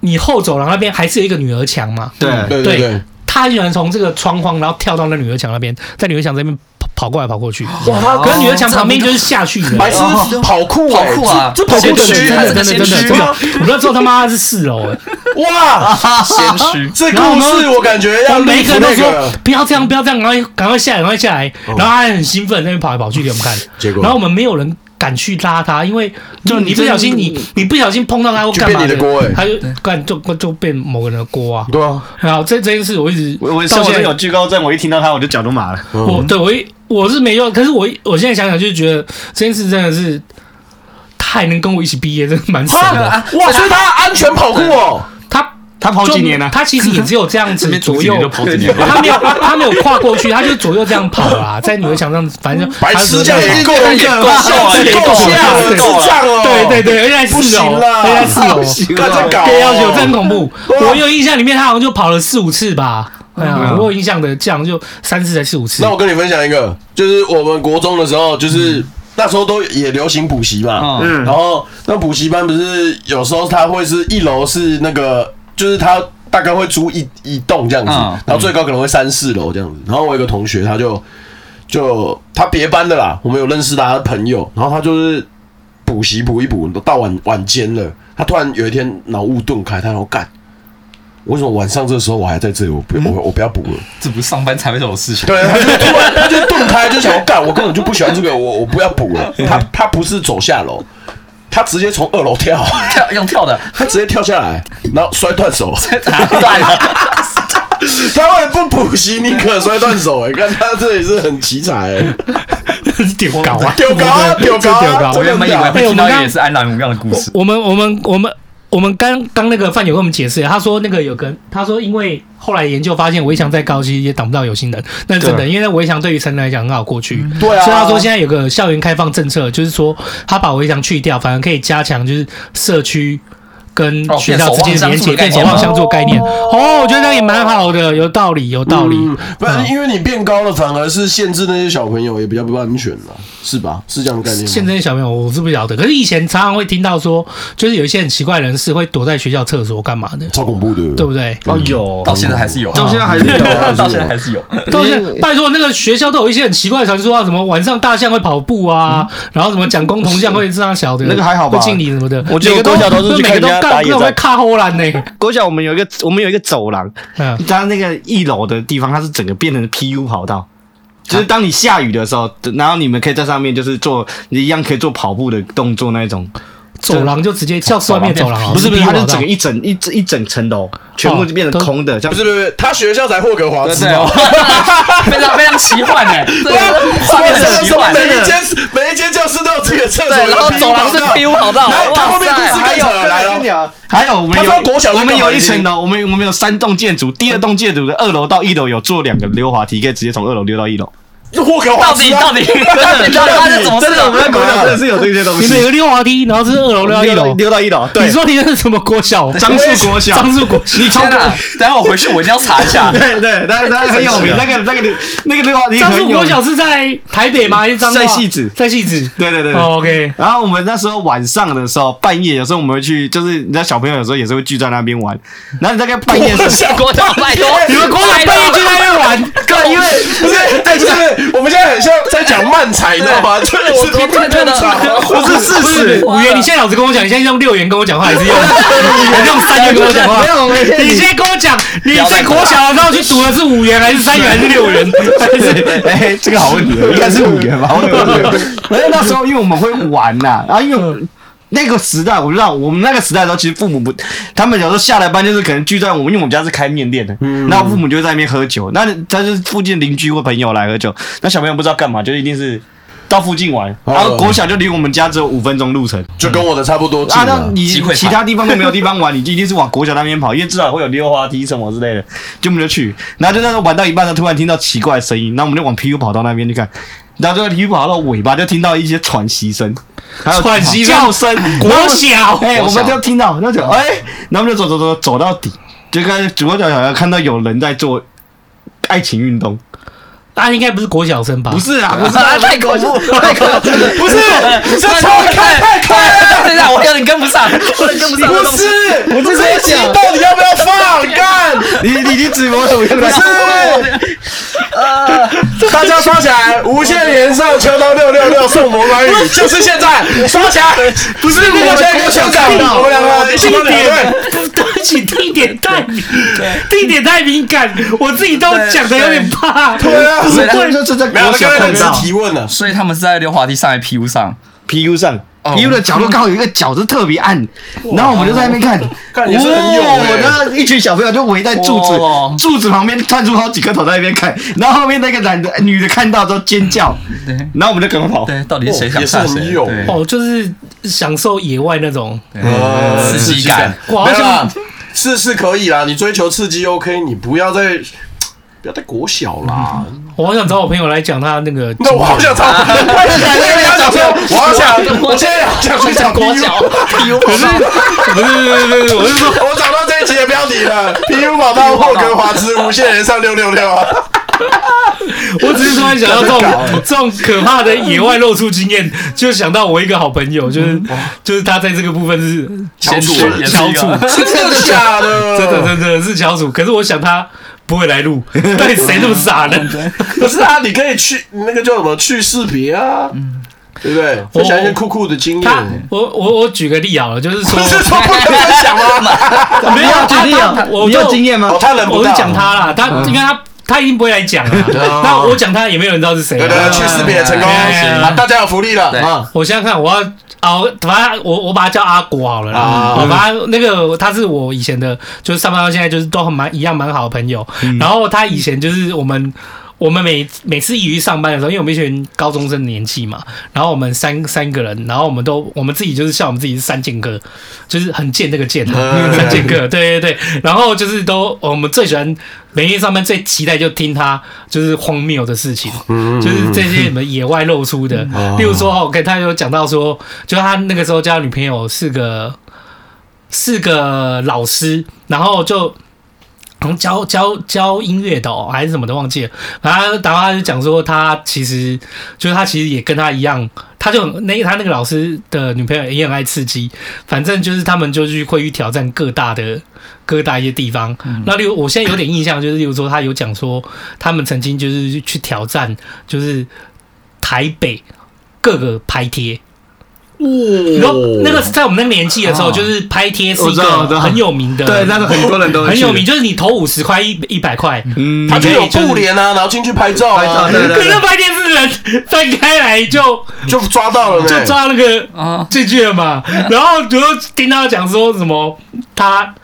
C: 你后走廊那边还是有一个女儿墙嘛，
D: 对，
B: 对对对，
C: 他竟然从这个窗框，然后跳到那女儿墙那边，在女儿墙这边跑跑过来跑过去。
B: 哇，他
C: 可是女儿墙旁边就是下去的，哎
B: 白痴跑酷
G: 好
B: 欸
G: 酷啊！
B: 这这跑
C: 真
B: 酷等
C: 的真
B: 级
C: 的
B: 还
C: 真的真的真的，我那时候他妈是四楼，哎
B: 哇，
G: 谦虚，
B: 这故事我感觉
C: 我
B: 要
C: 们每一
B: 立
C: 个人
B: 足
C: 都
B: 那
C: 说
B: 个，
C: 不要这样，不要这样，赶快赶快下来，赶快下来。然后他还很兴奋，在那边跑来跑去给我们看。
B: 结果
C: 然后我们没有人敢去拉他，因为就你不小心你你不小心碰到他或
B: 就
C: 干嘛
B: 变你的锅哎
C: 他就干就就变某个人的锅啊。
B: 对啊，
C: 然后这这件事我一直
D: 我我
C: 到
D: 像我
C: 现
D: 这
C: 在
D: 有惧高症，我一听到他我就脚都麻了。
B: 嗯
C: 我对我一我是没用，可是我一我现在想想就觉得这件事真的是，他还能跟我一起毕业，真的蛮爽 的。
B: 啊哇，所以他安全跑酷哦，
C: 他
D: 他跑
C: 就
D: 几年呢？
C: 他其实也只有这样子左右
G: 就跑几年，
C: 他没有，他没有跨过去，他就左右这样跑啦，在女儿墙上，反正
B: 白痴这样也够
D: 这样也够
B: 笑了，也够笑了，智障哦，
C: 对对对，而且还
B: 不
C: 四
B: 行
C: 楼，
B: 啦
C: 而且还四楼，
B: 对，他在搞哦，
C: 对，要求真恐怖。
B: 哇
C: 我有印象，里面他好像就跑了四五次吧。哎呀，我有印象的，这样就三次还是四五次
B: 那。我跟你分享一个，就是我们国中的时候，就是那时候都也流行补习嘛，嗯，然后那补习班不是有时候它会是一楼是那个，就是它大概会租一一栋这样子
G: 嗯，
B: 然后最高可能会三四楼这样子。然后我有一个同学，他就就他别班的啦，我们有认识他的朋友，然后他就是补习补一补，到晚晚间了，他他突然有一天脑雾顿开，他说干。为什么晚上这时候我还在这里？我不，我我不要补了。
G: 这不是上班才会有的事情。
B: 对，他就突然他就顿开，就想要干，我根本就不喜欢这个，我我不要补了。他他不是走下楼，他直接从二楼跳，
G: 跳用跳的，
B: 他直接跳下来，然后摔断手。
G: 断了，
B: 他会不补习，你可摔断手哎、欸！看他这里是很奇才、欸，
C: 丢搞啊，
B: 丢高啊，丢高
C: 丢高
B: 啊！
G: 我原本以为会听到也是安然无恙的故事。
C: 我们我们我们我们刚刚那个范友跟我们解释，他说那个有个他说因为后来研究发现围墙再高其实也挡不到有心人，那是真的，因为围墙对于成人来讲很好过去。
B: 对啊
C: 所以他说现在有个校园开放政策，就是说他把围墙去掉，反而可以加强就是社区。跟
G: 哦
C: 学校之间的连接，变
G: 变
C: 守
G: 守
C: 望
G: 望
C: 相
G: 相
C: 助概念。哦，我觉得这样也蛮好的，有道理，有道理。
B: 嗯不然
C: 嗯
B: 因为你变高了，反而是限制那些小朋友，也比较不安全了，是吧？是这样的概念吗？
C: 现在的小朋友我是不晓得，可是以前常常会听到说，就是有一些很奇怪的人士会躲在学校厕所干嘛的，
B: 超恐怖的，嗯
C: 对不对？
F: 哦，有
G: 到现在还是有，
D: 哦
F: 到现在还是有啊，
G: 到现在还是有。
C: 到现在，拜托那个学校都有一些很奇怪的传说啊，什么晚上大象会跑步啊，然后什么讲公铜像会这样小的，
D: 嗯那个还好吧
C: 会敬礼什么的。
D: 我觉得
C: 每个都
D: 我国小都是去
C: 每个
D: 看人
C: 都
D: 家打
C: 干，
D: 野
C: 各
D: 战
C: 在卡后兰呢。
D: 国小我们有一个我们有一个走廊，
C: 嗯，
D: 它那个一楼的地方，它是整个变成 PU 跑道。就是当你下雨的时候，然后你们可以在上面，就是做你一样可以做跑步的动作那一种。
C: 走廊就直接教室外面走廊啊，
D: 不是不是，它
C: 就
D: 就整个一整一整一整层楼，全部就变成空的，这
B: 不是
D: 样
B: 不是不是，他学校才霍格华兹
G: 对
B: 哦。
G: 非常非常奇幻哎，对
B: 啊
G: 画面
B: 什么
G: 很奇幻
B: 每。一间每一间教室都有自己的 厕所，
G: 对，然后
B: 有
G: 走廊是
B: 乒乓球
G: feel 好到，
B: 来他
G: 哇
B: 后面故事
G: 塞，
B: 开始了，来了。
D: 了，还有我们
B: 他
D: 有
B: 说国小就
D: 我们
B: 干嘛
D: 有一
B: 已经
D: 层楼，我们我们有三栋建筑，第二栋建筑的二楼到一楼有做两个溜滑梯，可以直接从二楼溜到一楼。
B: 这霍格华
G: 到
B: 兹
G: 底
B: 啊
G: 到底到底到底发生什么事了？
D: 在国小真的是啊有这些东
C: 你们有个溜滑梯，然后是二楼溜到一楼。
D: 溜到一楼，对，
C: 你说你那是什么国小？
D: 樟树国小，
C: 张树国小，
D: 你从
G: 天哪！等一下我回去我一定要查 一下。
D: 对对，那那很有 名，那个那个那个溜滑梯
C: 张
D: 很有
C: 树
D: 名
C: 国小是在台北吗？还是彰化
D: 在戏子
C: 在戏子。
D: 对对对对。
C: 哦，OK。
D: 然后我们那时候晚上的时候，半夜有时候我们会去，就是你知道小朋友有时候也是会聚在那边玩。然后你大概半 夜的时候，
G: 国小拜托，啊
D: 你们国小半夜 聚在那边玩，对，因为
B: 不是，哎，就是我们现在很像在讲漫才，你知道吗？就是
G: 我我突然觉得
B: 啊
D: 不 是事实。
C: 五元，你现在老实跟我讲，你现在用六元跟我讲话，还是 用你还是用三元跟我讲话？
D: 没有没有
C: 你现在跟我讲，你在国小的时候去读的是五元还是三元还是六 元？还是
D: 哎，这个好问题， 应该是五元吧？我反正那时候因为我们会玩呐、然后因为。那个时代，我不知道，我们那个时代的时候，其实父母不，他们有时候下了班就是可能聚在我们，因为我们家是开面店的，然后父母就会在那边喝酒，那他就是附近邻居或朋友来喝酒，那小朋友不知道干嘛，就一定是到附近玩，
B: 哦
D: 然后国小就离我们家只有五分钟路程，
B: 就跟我的差不多近
D: 啊，那
B: 了。
D: 你
G: 机会
D: 其他地方都没有地方玩，你就一定是往国小那边跑，因为至少会有溜滑梯什么之类的，就我们就去，然后就在那玩到一半，突然听到奇怪的声音，然后我们就往 PU 跑道那边去看，然后就在 PU 跑道尾巴就听到一些喘息声，还有
C: 喘息声
D: 叫声，
C: 国
D: 然后
C: 小
D: 哎、
G: 国
D: 我
G: 小
D: 们就听到，那就哎，然后我们就走走走走到底，就看主角小要看到有人在做爱情运动，
C: 他应该不是国小生吧？
D: 不，是 啊，不
G: 不
D: 是
G: 是啊太恐怖，太恐怖，不是，这超开太快，等一下我有点跟不上，我有点跟不上，
B: 不是，我这一集到底要不要放？干，
D: 你你你指我怎么样？不
B: 是，呃，大家刷起来，无限连上秋刀六六六送魔关羽，就是现在刷起来，不是那个现在跟校长，我们两个一起
C: 地
B: 帮两
C: 点
B: 队。，
C: 对不起，地点太敏，地点太敏感，我自己都讲的有点怕。
B: 对啊，
D: 是，对，就是在
B: 没有，
D: 国小
B: 刚才
D: 看
B: 只
D: 到
B: 是提问了，
G: 所以他们是在溜滑梯上还是 PU 上？
D: PU 上、
G: 哦
D: p u 的角落刚好有一个角是特别暗，然后我们就在那边看，
B: 看你是很有欸
D: 哇然后一群小朋友就围在柱子、
G: 哇
D: 柱子旁边探出好几颗头在那边看，然后后面那个男的女的看到之后尖叫，
G: 对
D: 然后我们就赶快跑。
G: 对，到底是谁
B: 哦也是
G: 想杀
B: 很
G: 谁？
B: 有
G: 对
C: 哦，就是享受野外那种，
B: 呃
G: 刺激感，
C: 哇
B: 没有啦
C: 好，
B: 是是可以啦，你追求刺激 OK，你不要再不要再国小啦。
C: 我好想找我朋友来讲他那个。
B: 那我好想找，我也要想说，我好想，我现在好想去找 PU，
G: PU 跑道，
C: 不是不是不是，我是说
B: 我找到这一集的标题了，PU 跑到霍格华兹无限人上六六六啊！
C: 我只是突然想到这种这种可怕的野外露出经验，就想到我一个好朋友，
D: 嗯
C: 就是
D: 哦
C: 就是他在这个部分是
G: 先
B: 楚
G: 去也是
C: 翘
G: 一
C: 楚
G: 个，
B: 真的假的？
C: 真
D: 嗯
C: 的真的是翘楚。可是我想他不会来录，
D: 嗯
C: 到底谁那么傻呢？
B: 不是啊，你可以去那个叫什么去识别啊，对不对？分享一些酷酷的经
C: 他
D: 嗯
B: 验。，
C: 我我我举个例好了，就是说，
D: 想吗？没有
C: 他
D: 举例
C: 他
D: 啊，
C: 我
D: 你有
C: 就
D: 经验吗？
B: 哦他忍
C: 我是
D: 啊
C: 讲他啦，
D: 嗯
C: 他因为他他一定不会来讲啊，那我讲他也没有人知道是谁
B: 对对对，
C: 啊。
B: 去识别成功，
C: 哎哎哎
B: 啊大家有福利了
G: 对
B: 啊！
C: 我想想看，我要啊，我反正我我把他叫阿国好了啦
B: 啊，
C: 我把他那个他是我以前的，就是上班到现在就是都很蛮一样蛮好的朋友，然后他以前就是我们。我们每每次一去上班的时候，因为我们一群高中生的年纪嘛，然后我们三三个人，然后我们都我们自己就是笑我们自己是三剑客，就是很贱那个贱，三剑客，对对对。然后就是都我们最喜欢每天上班最期待就听他就是荒谬的事情，就是这些什么野外露出的，例如说哦，跟他有讲到说，就他那个时候交女朋友是个是个老师，然后就。好像教教教音乐的、哦、还是什么的，忘记了。然后然后他就讲说，他其实就是他其实也跟他一样，他就很那他那个老师的女朋友也很爱刺激，反正就是他们就去会去挑战各大的各大一些地方。
D: 嗯
C: 那例如我现在有点印象，就是例如说他有讲说，他们曾经就是去挑战，就是台北各个拍贴。嗯然后那个是在我们那个年纪的时候，就是拍贴是一
D: 哦我知道我知
C: 个
D: 道
C: 很有名的，
D: 对，那个很多人都
C: 很有名，，就是你投五十块一一百块，
D: 嗯，
B: 他就有
C: 就是
B: 布帘啊，然后进去拍照
D: 拍照
B: 啊，
D: 对
C: 可是拍电视人翻开来就
B: 就抓到了
C: 就
B: 呢。
C: 抓那个
G: 啊，
C: 进去了嘛，然后我就听他讲说什么他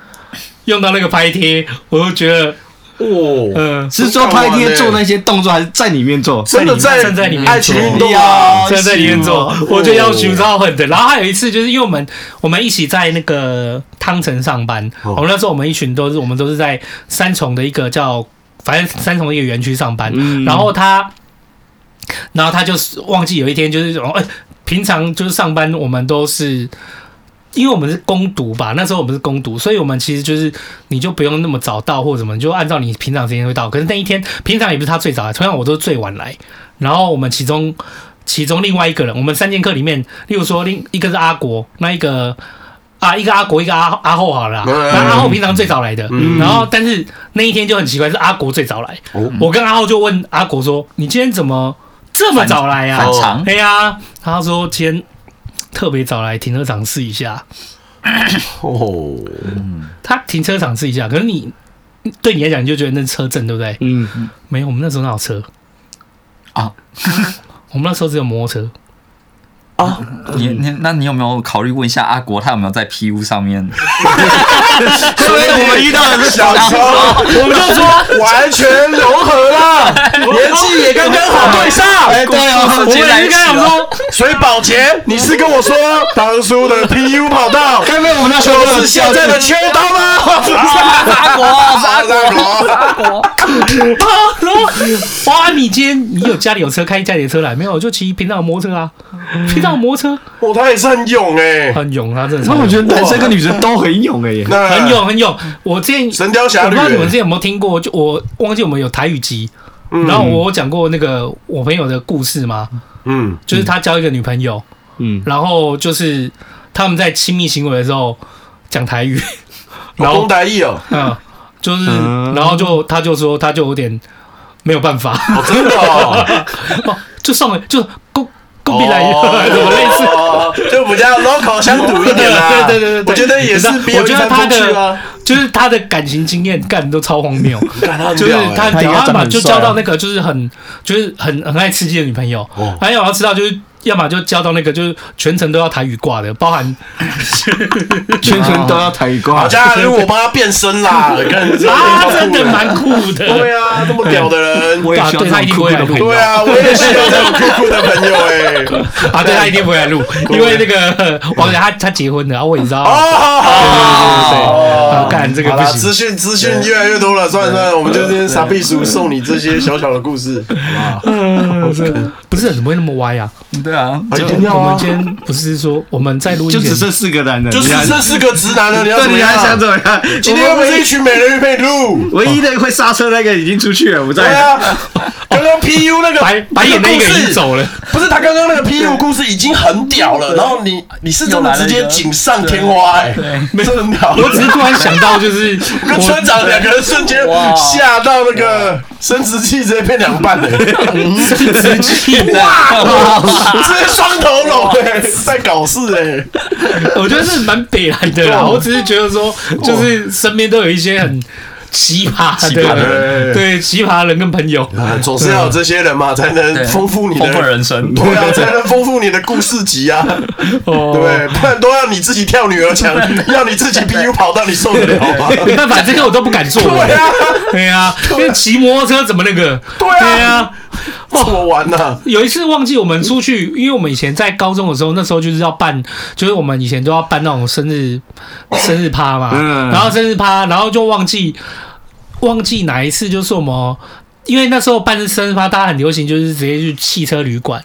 C: 用到那个拍贴，我就觉得
B: 哦，
C: 嗯。
D: 是说拍贴做那些动作，还是在里面做？
B: 真的
C: 站在里面
B: 爱情运动啊，
D: 呀，
C: 站在里面做，
B: 哦
C: 我就要求
D: 他。
C: 超狠的。然后还有一次，就是因为我们我们一起在那个汤城上班，我们那时候我们一群都是我们都是在三重的一个叫反正三重的一个园区上班，
D: 嗯
C: 然后他，然后他就是忘记有一天就是哦，哎、平常就是上班我们都是。因为我们是攻读吧，那时候我们是攻读，所以我们其实就是你就不用那么早到或者什么，你就按照你平常时间会到。可是那一天平常也不是他最早来，同样我都是最晚来。然后我们其中其中另外一个人，我们三剑客里面，例如说另一个是阿国，那一个啊一个阿国，一个阿阿后好了啦，
B: 嗯
C: 然后阿后平常最早来的，嗯然后但是那一天就很奇怪，是阿国最早来，我跟阿浩就问阿国说：“你今天怎么这么早来啊呀、
G: 反
B: 哦
G: 常
C: 对呀、他说今天特别早来停车场试一下。
B: 哦，
C: 他停车场试一下，可是你对你来讲，你就觉得那是车震，对不对？
D: 嗯，
C: 没有，我们那时候哪有车
G: 啊？
C: 我们那时候只有摩托车。
G: 你你那你有没有考虑问一下阿国，他有没有在 P U 上面？
D: 所以我们遇到的是
B: 小 时候
C: 我们就说，
B: 完全融合 了，年纪也刚刚好对上。哎，对
G: 哦
C: 我们也是跟他讲说，
B: 所以宝杰，你是跟我说当初 的 PU 跑道，
D: 该不会我们那时候
B: 就是现在的秋刀吗？大
G: 阿国，
B: 国，
C: 啊，然后 哇，你今天你有家里有车，开家里的车来没有？我就骑平常的摩托车啊，平常的摩托车
B: 哦，他也是很勇哎，
C: 很勇啊，真的超
D: 那
C: 勇。
D: 我觉得男生跟女生都很勇哎耶，
B: 那
C: 很勇很勇。我之前
B: 神雕侠
C: 我不
B: 侣欸
C: 知道你们之前有没有听过，就我忘记我们有台语集，然后我有讲过那个我朋友的故事嘛，
B: 嗯，
C: 就是他交一个女朋友，
D: 嗯，
C: 然后就是他们在亲密行为的时候讲台语，然
B: 老
C: 后
B: 公达意哦，
C: 嗯， 就是
D: 嗯
C: 然后就他就说他就有点没有办法，
B: 哦真的哦，
C: 哦就上了就够够比来
B: 哦
C: 怎么类似。
B: 哦就比较 local 相赌一点啦。
C: 对对对对
B: 我
C: 对
B: 觉得也是别有
C: 我
B: 一
C: 觉得
B: 番
C: 他
B: 风趣
C: 的
B: 啊。
C: 就是他的感情经验干都超荒谬，
B: 干他很
C: 就是
B: 屌欸
C: 他
D: 他应
C: 屌要
D: 该长得
C: 么
D: 很
C: 就
D: 帅啊
C: 交到那个就是很就是很很爱吃鸡的女朋友，还有我要知道就是要么就交到那个就是全程都要台语挂的，包含
D: 全程都要抬一挂
B: 好，家如果我帮他变身 啦，看这
C: 啊，真的蛮酷的。
B: 对啊，这么屌的人，
D: 我也需要
C: 对
D: 这
C: 他一
D: 种
C: 定
D: 酷
C: 不
D: 酷
C: 会来录
D: 的朋友
B: 对。啊，我也需要这种酷酷的朋友哎。
C: 啊，对他一定不 会来录，因为那个王姐他他结婚了，然后我也知道，
B: 哦
C: 啊，干这个
B: 好
C: 不
B: 啦，
C: 行
B: 资讯资讯越来越多了，算了算了，我们就今天傻逼叔送你这些小小的故事，
C: 嗯是不是怎么会那么歪啊？
G: 对啊，
B: 一定要
C: 我们
B: 啊
C: 今！天不是说我们在录音
D: 就
C: 前
D: 只剩四个男人，
B: 就
D: 你
B: 是
D: 还
B: 这四个直男了，你要
D: 对
B: 怎么
D: 你还想
B: 样？
D: 怎么样？
B: 今天又不是一哦群美人鱼陪你录，
D: 唯一的会刹车那个已经出去了，不
B: 对
D: 在。
B: 啊，刚刚 PU 那个
C: 白白眼那
B: 那
C: 个
B: 故
C: 已
B: 事
C: 经走了，
B: 不是他刚刚那个 PU 故事已经很屌了，然后你你是真的直接锦上添花哎、真的很屌。
C: 我只是突然想到，就就是
B: 跟村长两个人瞬间
E: 哇
B: 吓到那个生殖器直接变两半欸了，
C: 直气的。
B: 直接双头龙哎，在搞事哎，
C: 我觉得是蛮北来的
B: 哦
C: 啦。我只是觉得说，就是身边都有一些很奇葩的，
B: 人
C: 对奇葩人跟朋友。
B: 啊总是要有这些人嘛，才能丰富你的
E: 丰富人生
B: 对啊，才能丰富你的故事集啊，对
C: 哦
B: 不对？不然都要你自己跳女儿墙，要你自己 PU 跑到你受得了吗？
C: 没办法，这个我都不敢做。
B: 对啊，
C: 对呀，因为骑摩托车怎么那个？
B: 对啊
C: 对呀。
B: 怎么玩啊呢？
C: 有一次忘记我们出去，因为我们以前在高中的时候，那时候就是要办，就是我们以前都要办那种生日生日趴嘛，
D: 嗯
C: 然后生日趴，然后就忘记忘记哪一次就是我们。因为那时候办生日趴，大家很流行，就是直接去汽车旅馆。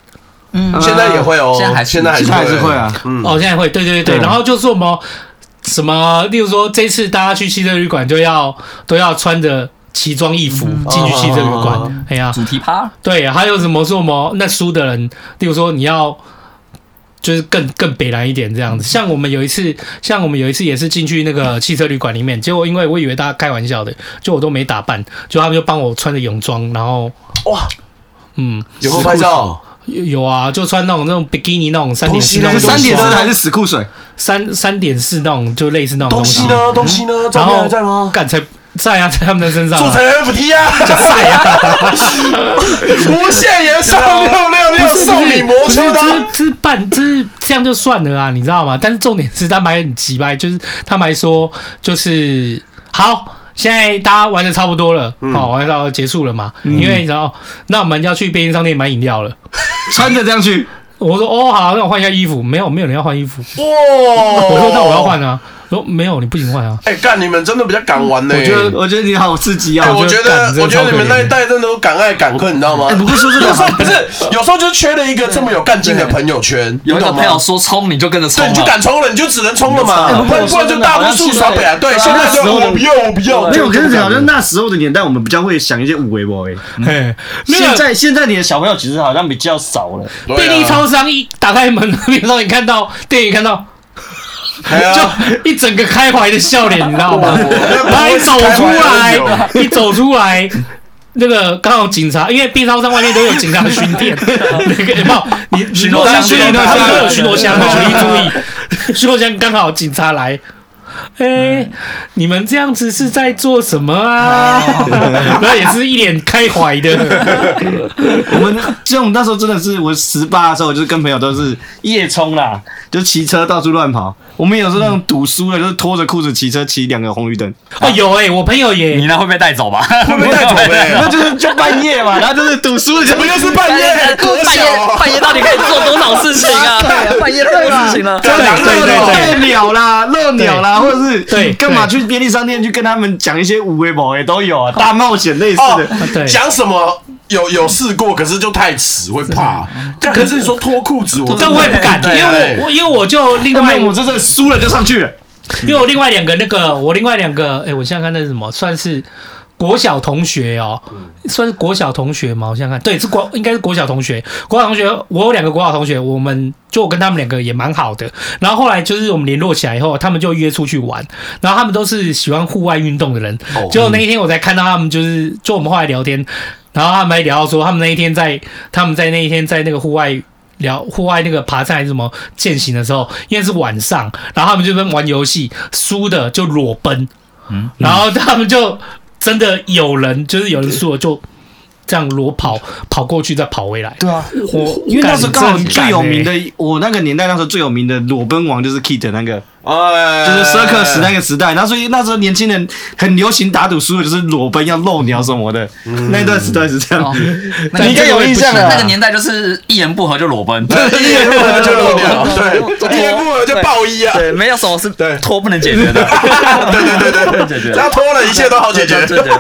D: 啊
B: 现在也会哦，
G: 现在还是
B: 现在
D: 现在还是会
B: 会
D: 啊，
B: 嗯
C: 哦，现在会，对对对对。
D: 对
C: 然后就是我们什么，例如说这次大家去汽车旅馆，就要都要穿着奇装异服进去汽车旅
B: 嗯哦
C: 馆。哎呀，
G: 啊
E: 主题趴，
C: 对，还有什么说什么那输的人，例如说你要就是更更北蓝一点这样
B: 嗯
C: 子。像我们有一次，像我们有一次也是进去那个汽车旅馆里面，结果因为我以为大家开玩笑的，就我都没打扮，就他们就帮我穿着泳装，然后
B: 哇，
C: 嗯。
B: 有没有拍照？
C: 有有啊，就穿那种那种比基尼那种三点四那
B: 东
C: 种
B: 西呢
D: 三点
B: 四
D: 四还是死库水？
C: 三三点四那种，就类似那种
B: 东
C: 西
B: 西。呢？东西呢？照
C: 然
B: 片
C: 后
B: 还在吗？
C: 干才在啊，在他们的身上、
B: 做
C: 啊
B: 成。FT 啊！在啊！ 无限延上六六六送你魔
C: 不是
B: 球
C: 不是
B: 刀，
C: 这是办，这是这样就算了啊，你知道吗？但是重点是他们还很急掰，就是他们还说，就是好，现在大家玩的差不多了，好、
D: 嗯
C: 玩到结束了嘛？因为你知道，那我们要去便利商店买饮料了。
D: 穿着这样去，
C: 我说哦好，那我换一下衣服。没有，没有人要换衣服。
B: 哇！
C: 我说那我要换。啊。说没有，你不行换啊。
B: 哎，干你们真的比较敢玩呢。
D: 我觉得我觉得你好刺激
B: 哎，
D: 啊！
B: 我觉得
C: 干真
B: 嗯
C: 的
B: 我觉得你们
C: 超可
B: 那
C: 怜
B: 一代真的都敢爱敢恨，你知道吗
D: 哎，？不过说真
B: 有时候
D: 的，
B: 不是，有时候就是缺了一个这么有干劲的朋友圈，
G: 有一
B: 你
G: 个
B: 懂吗
G: 朋友说冲，你就跟着冲
B: 对，
G: 啊，
B: 你就敢冲了，你就只能冲了嘛，
G: 哎不
B: 不
G: 过
B: 然
G: 我
B: 不
G: 说
B: 然就
G: 真的
B: 大
G: 好
B: 多
G: 像
B: 数
G: 现
B: 耍
G: 在
B: 北啊。对，现在是我不要，我不要。
D: 没有，
B: 就
D: 我跟你
B: 不
D: 讲，
B: 敢
D: 就那时候的年代，我们比较会想一些五维博诶。
C: 嘿，那
D: 嗯现
C: 个
D: 在现在你的小朋友其实好像比较少 了，
B: 对啊
C: 便利超商一打开门，便利商店看到电影看到。
B: 哎呀
C: 就一整个开怀的笑脸，你知道吗？然后一走出
B: 开怀的
C: 来， 一走出来，那个刚好警察，因为便利商店外面都有警察巡 店，那个有没有？你你如果是巡逻他们都有巡逻箱，注意注意， 巡逻箱刚好警察来。哎、你们这样子是在做什么啊？ 然后也是一脸开怀 的，
D: 我们就我们那时候真的是，我十八的时候，我就是跟朋友都是夜冲啦，就骑车到处乱跑。我们有时候那种赌输了，就是拖着裤子骑车，骑两个红绿灯，
C: 哦，有哎、我朋友也
E: 你那会被带走吧？会
B: 被带走呗
D: 那就是就半夜嘛，然后就是赌输了就
B: 不又是半
G: 半
B: 夜
G: 夜，
B: 多
G: 半
B: 小
G: 夜
B: 啊！
G: 半夜到底可以做多少事情啊？半夜太多事情了。
B: 啊
C: 对对对对。
D: 乐鸟啦、乐鸟啦，或者是
C: 对
D: 干嘛去便利商店去跟他们讲一些五维宝也都有啊，大冒险类似
B: 哦
D: 的。
C: 啊对
B: 讲什么有有试过，可是就太迟，会怕。但可是你说脱裤子，我
C: 这我也不敢，因为我我因为我就另
D: 那
C: 外
D: 我这是输了就上去了，
C: 因为我另外两个那个，我另外两个，哎、我想想看那是什么，算是国小同学哦，算是国小同学吗？我想想看，对，是国应该是国小同学。国小同学，我有两个国小同学，我们就我跟他们两个也蛮好的。然后后来就是我们联络起来以后，他们就约出去玩，然后他们都是喜欢户外运动的人。
D: 哦
C: 结果那一天我才看到他们，就是就我们后来聊天，然后他们还聊到说，他们那一天在他们在那一天在那个户外。聊户外那个爬山还是什么践行的时候，因为是晚上，然后他们就在玩游戏，输的就裸奔，
D: 嗯
C: 然后他们就真的有人就是有人输了就这样裸跑跑过去再跑回来，
D: 对啊，
C: 我
D: 因为那时候刚好
C: 干
D: 最有
C: 欸
D: 名，的，我那个年代那时候最有名的裸奔王就是 Kid 那个，
B: 哎
D: 就是 circus 那个时代，那所以那时候年轻人很流行打赌输了就是裸奔要露鸟什么的，那段时代是这样
G: 哦。
D: 你应该有印象的
G: 嗯那个
D: 啊，
G: 年代就是一言不合就裸 奔，
B: 一言不合哎就露 屌， 对，一言不合就爆衣啊，
G: 对，没有什么是
B: 对
G: 脱不能解决 的，
B: 对对对对
G: 解决
B: 只要脱了，一切都好解决。
G: 对对对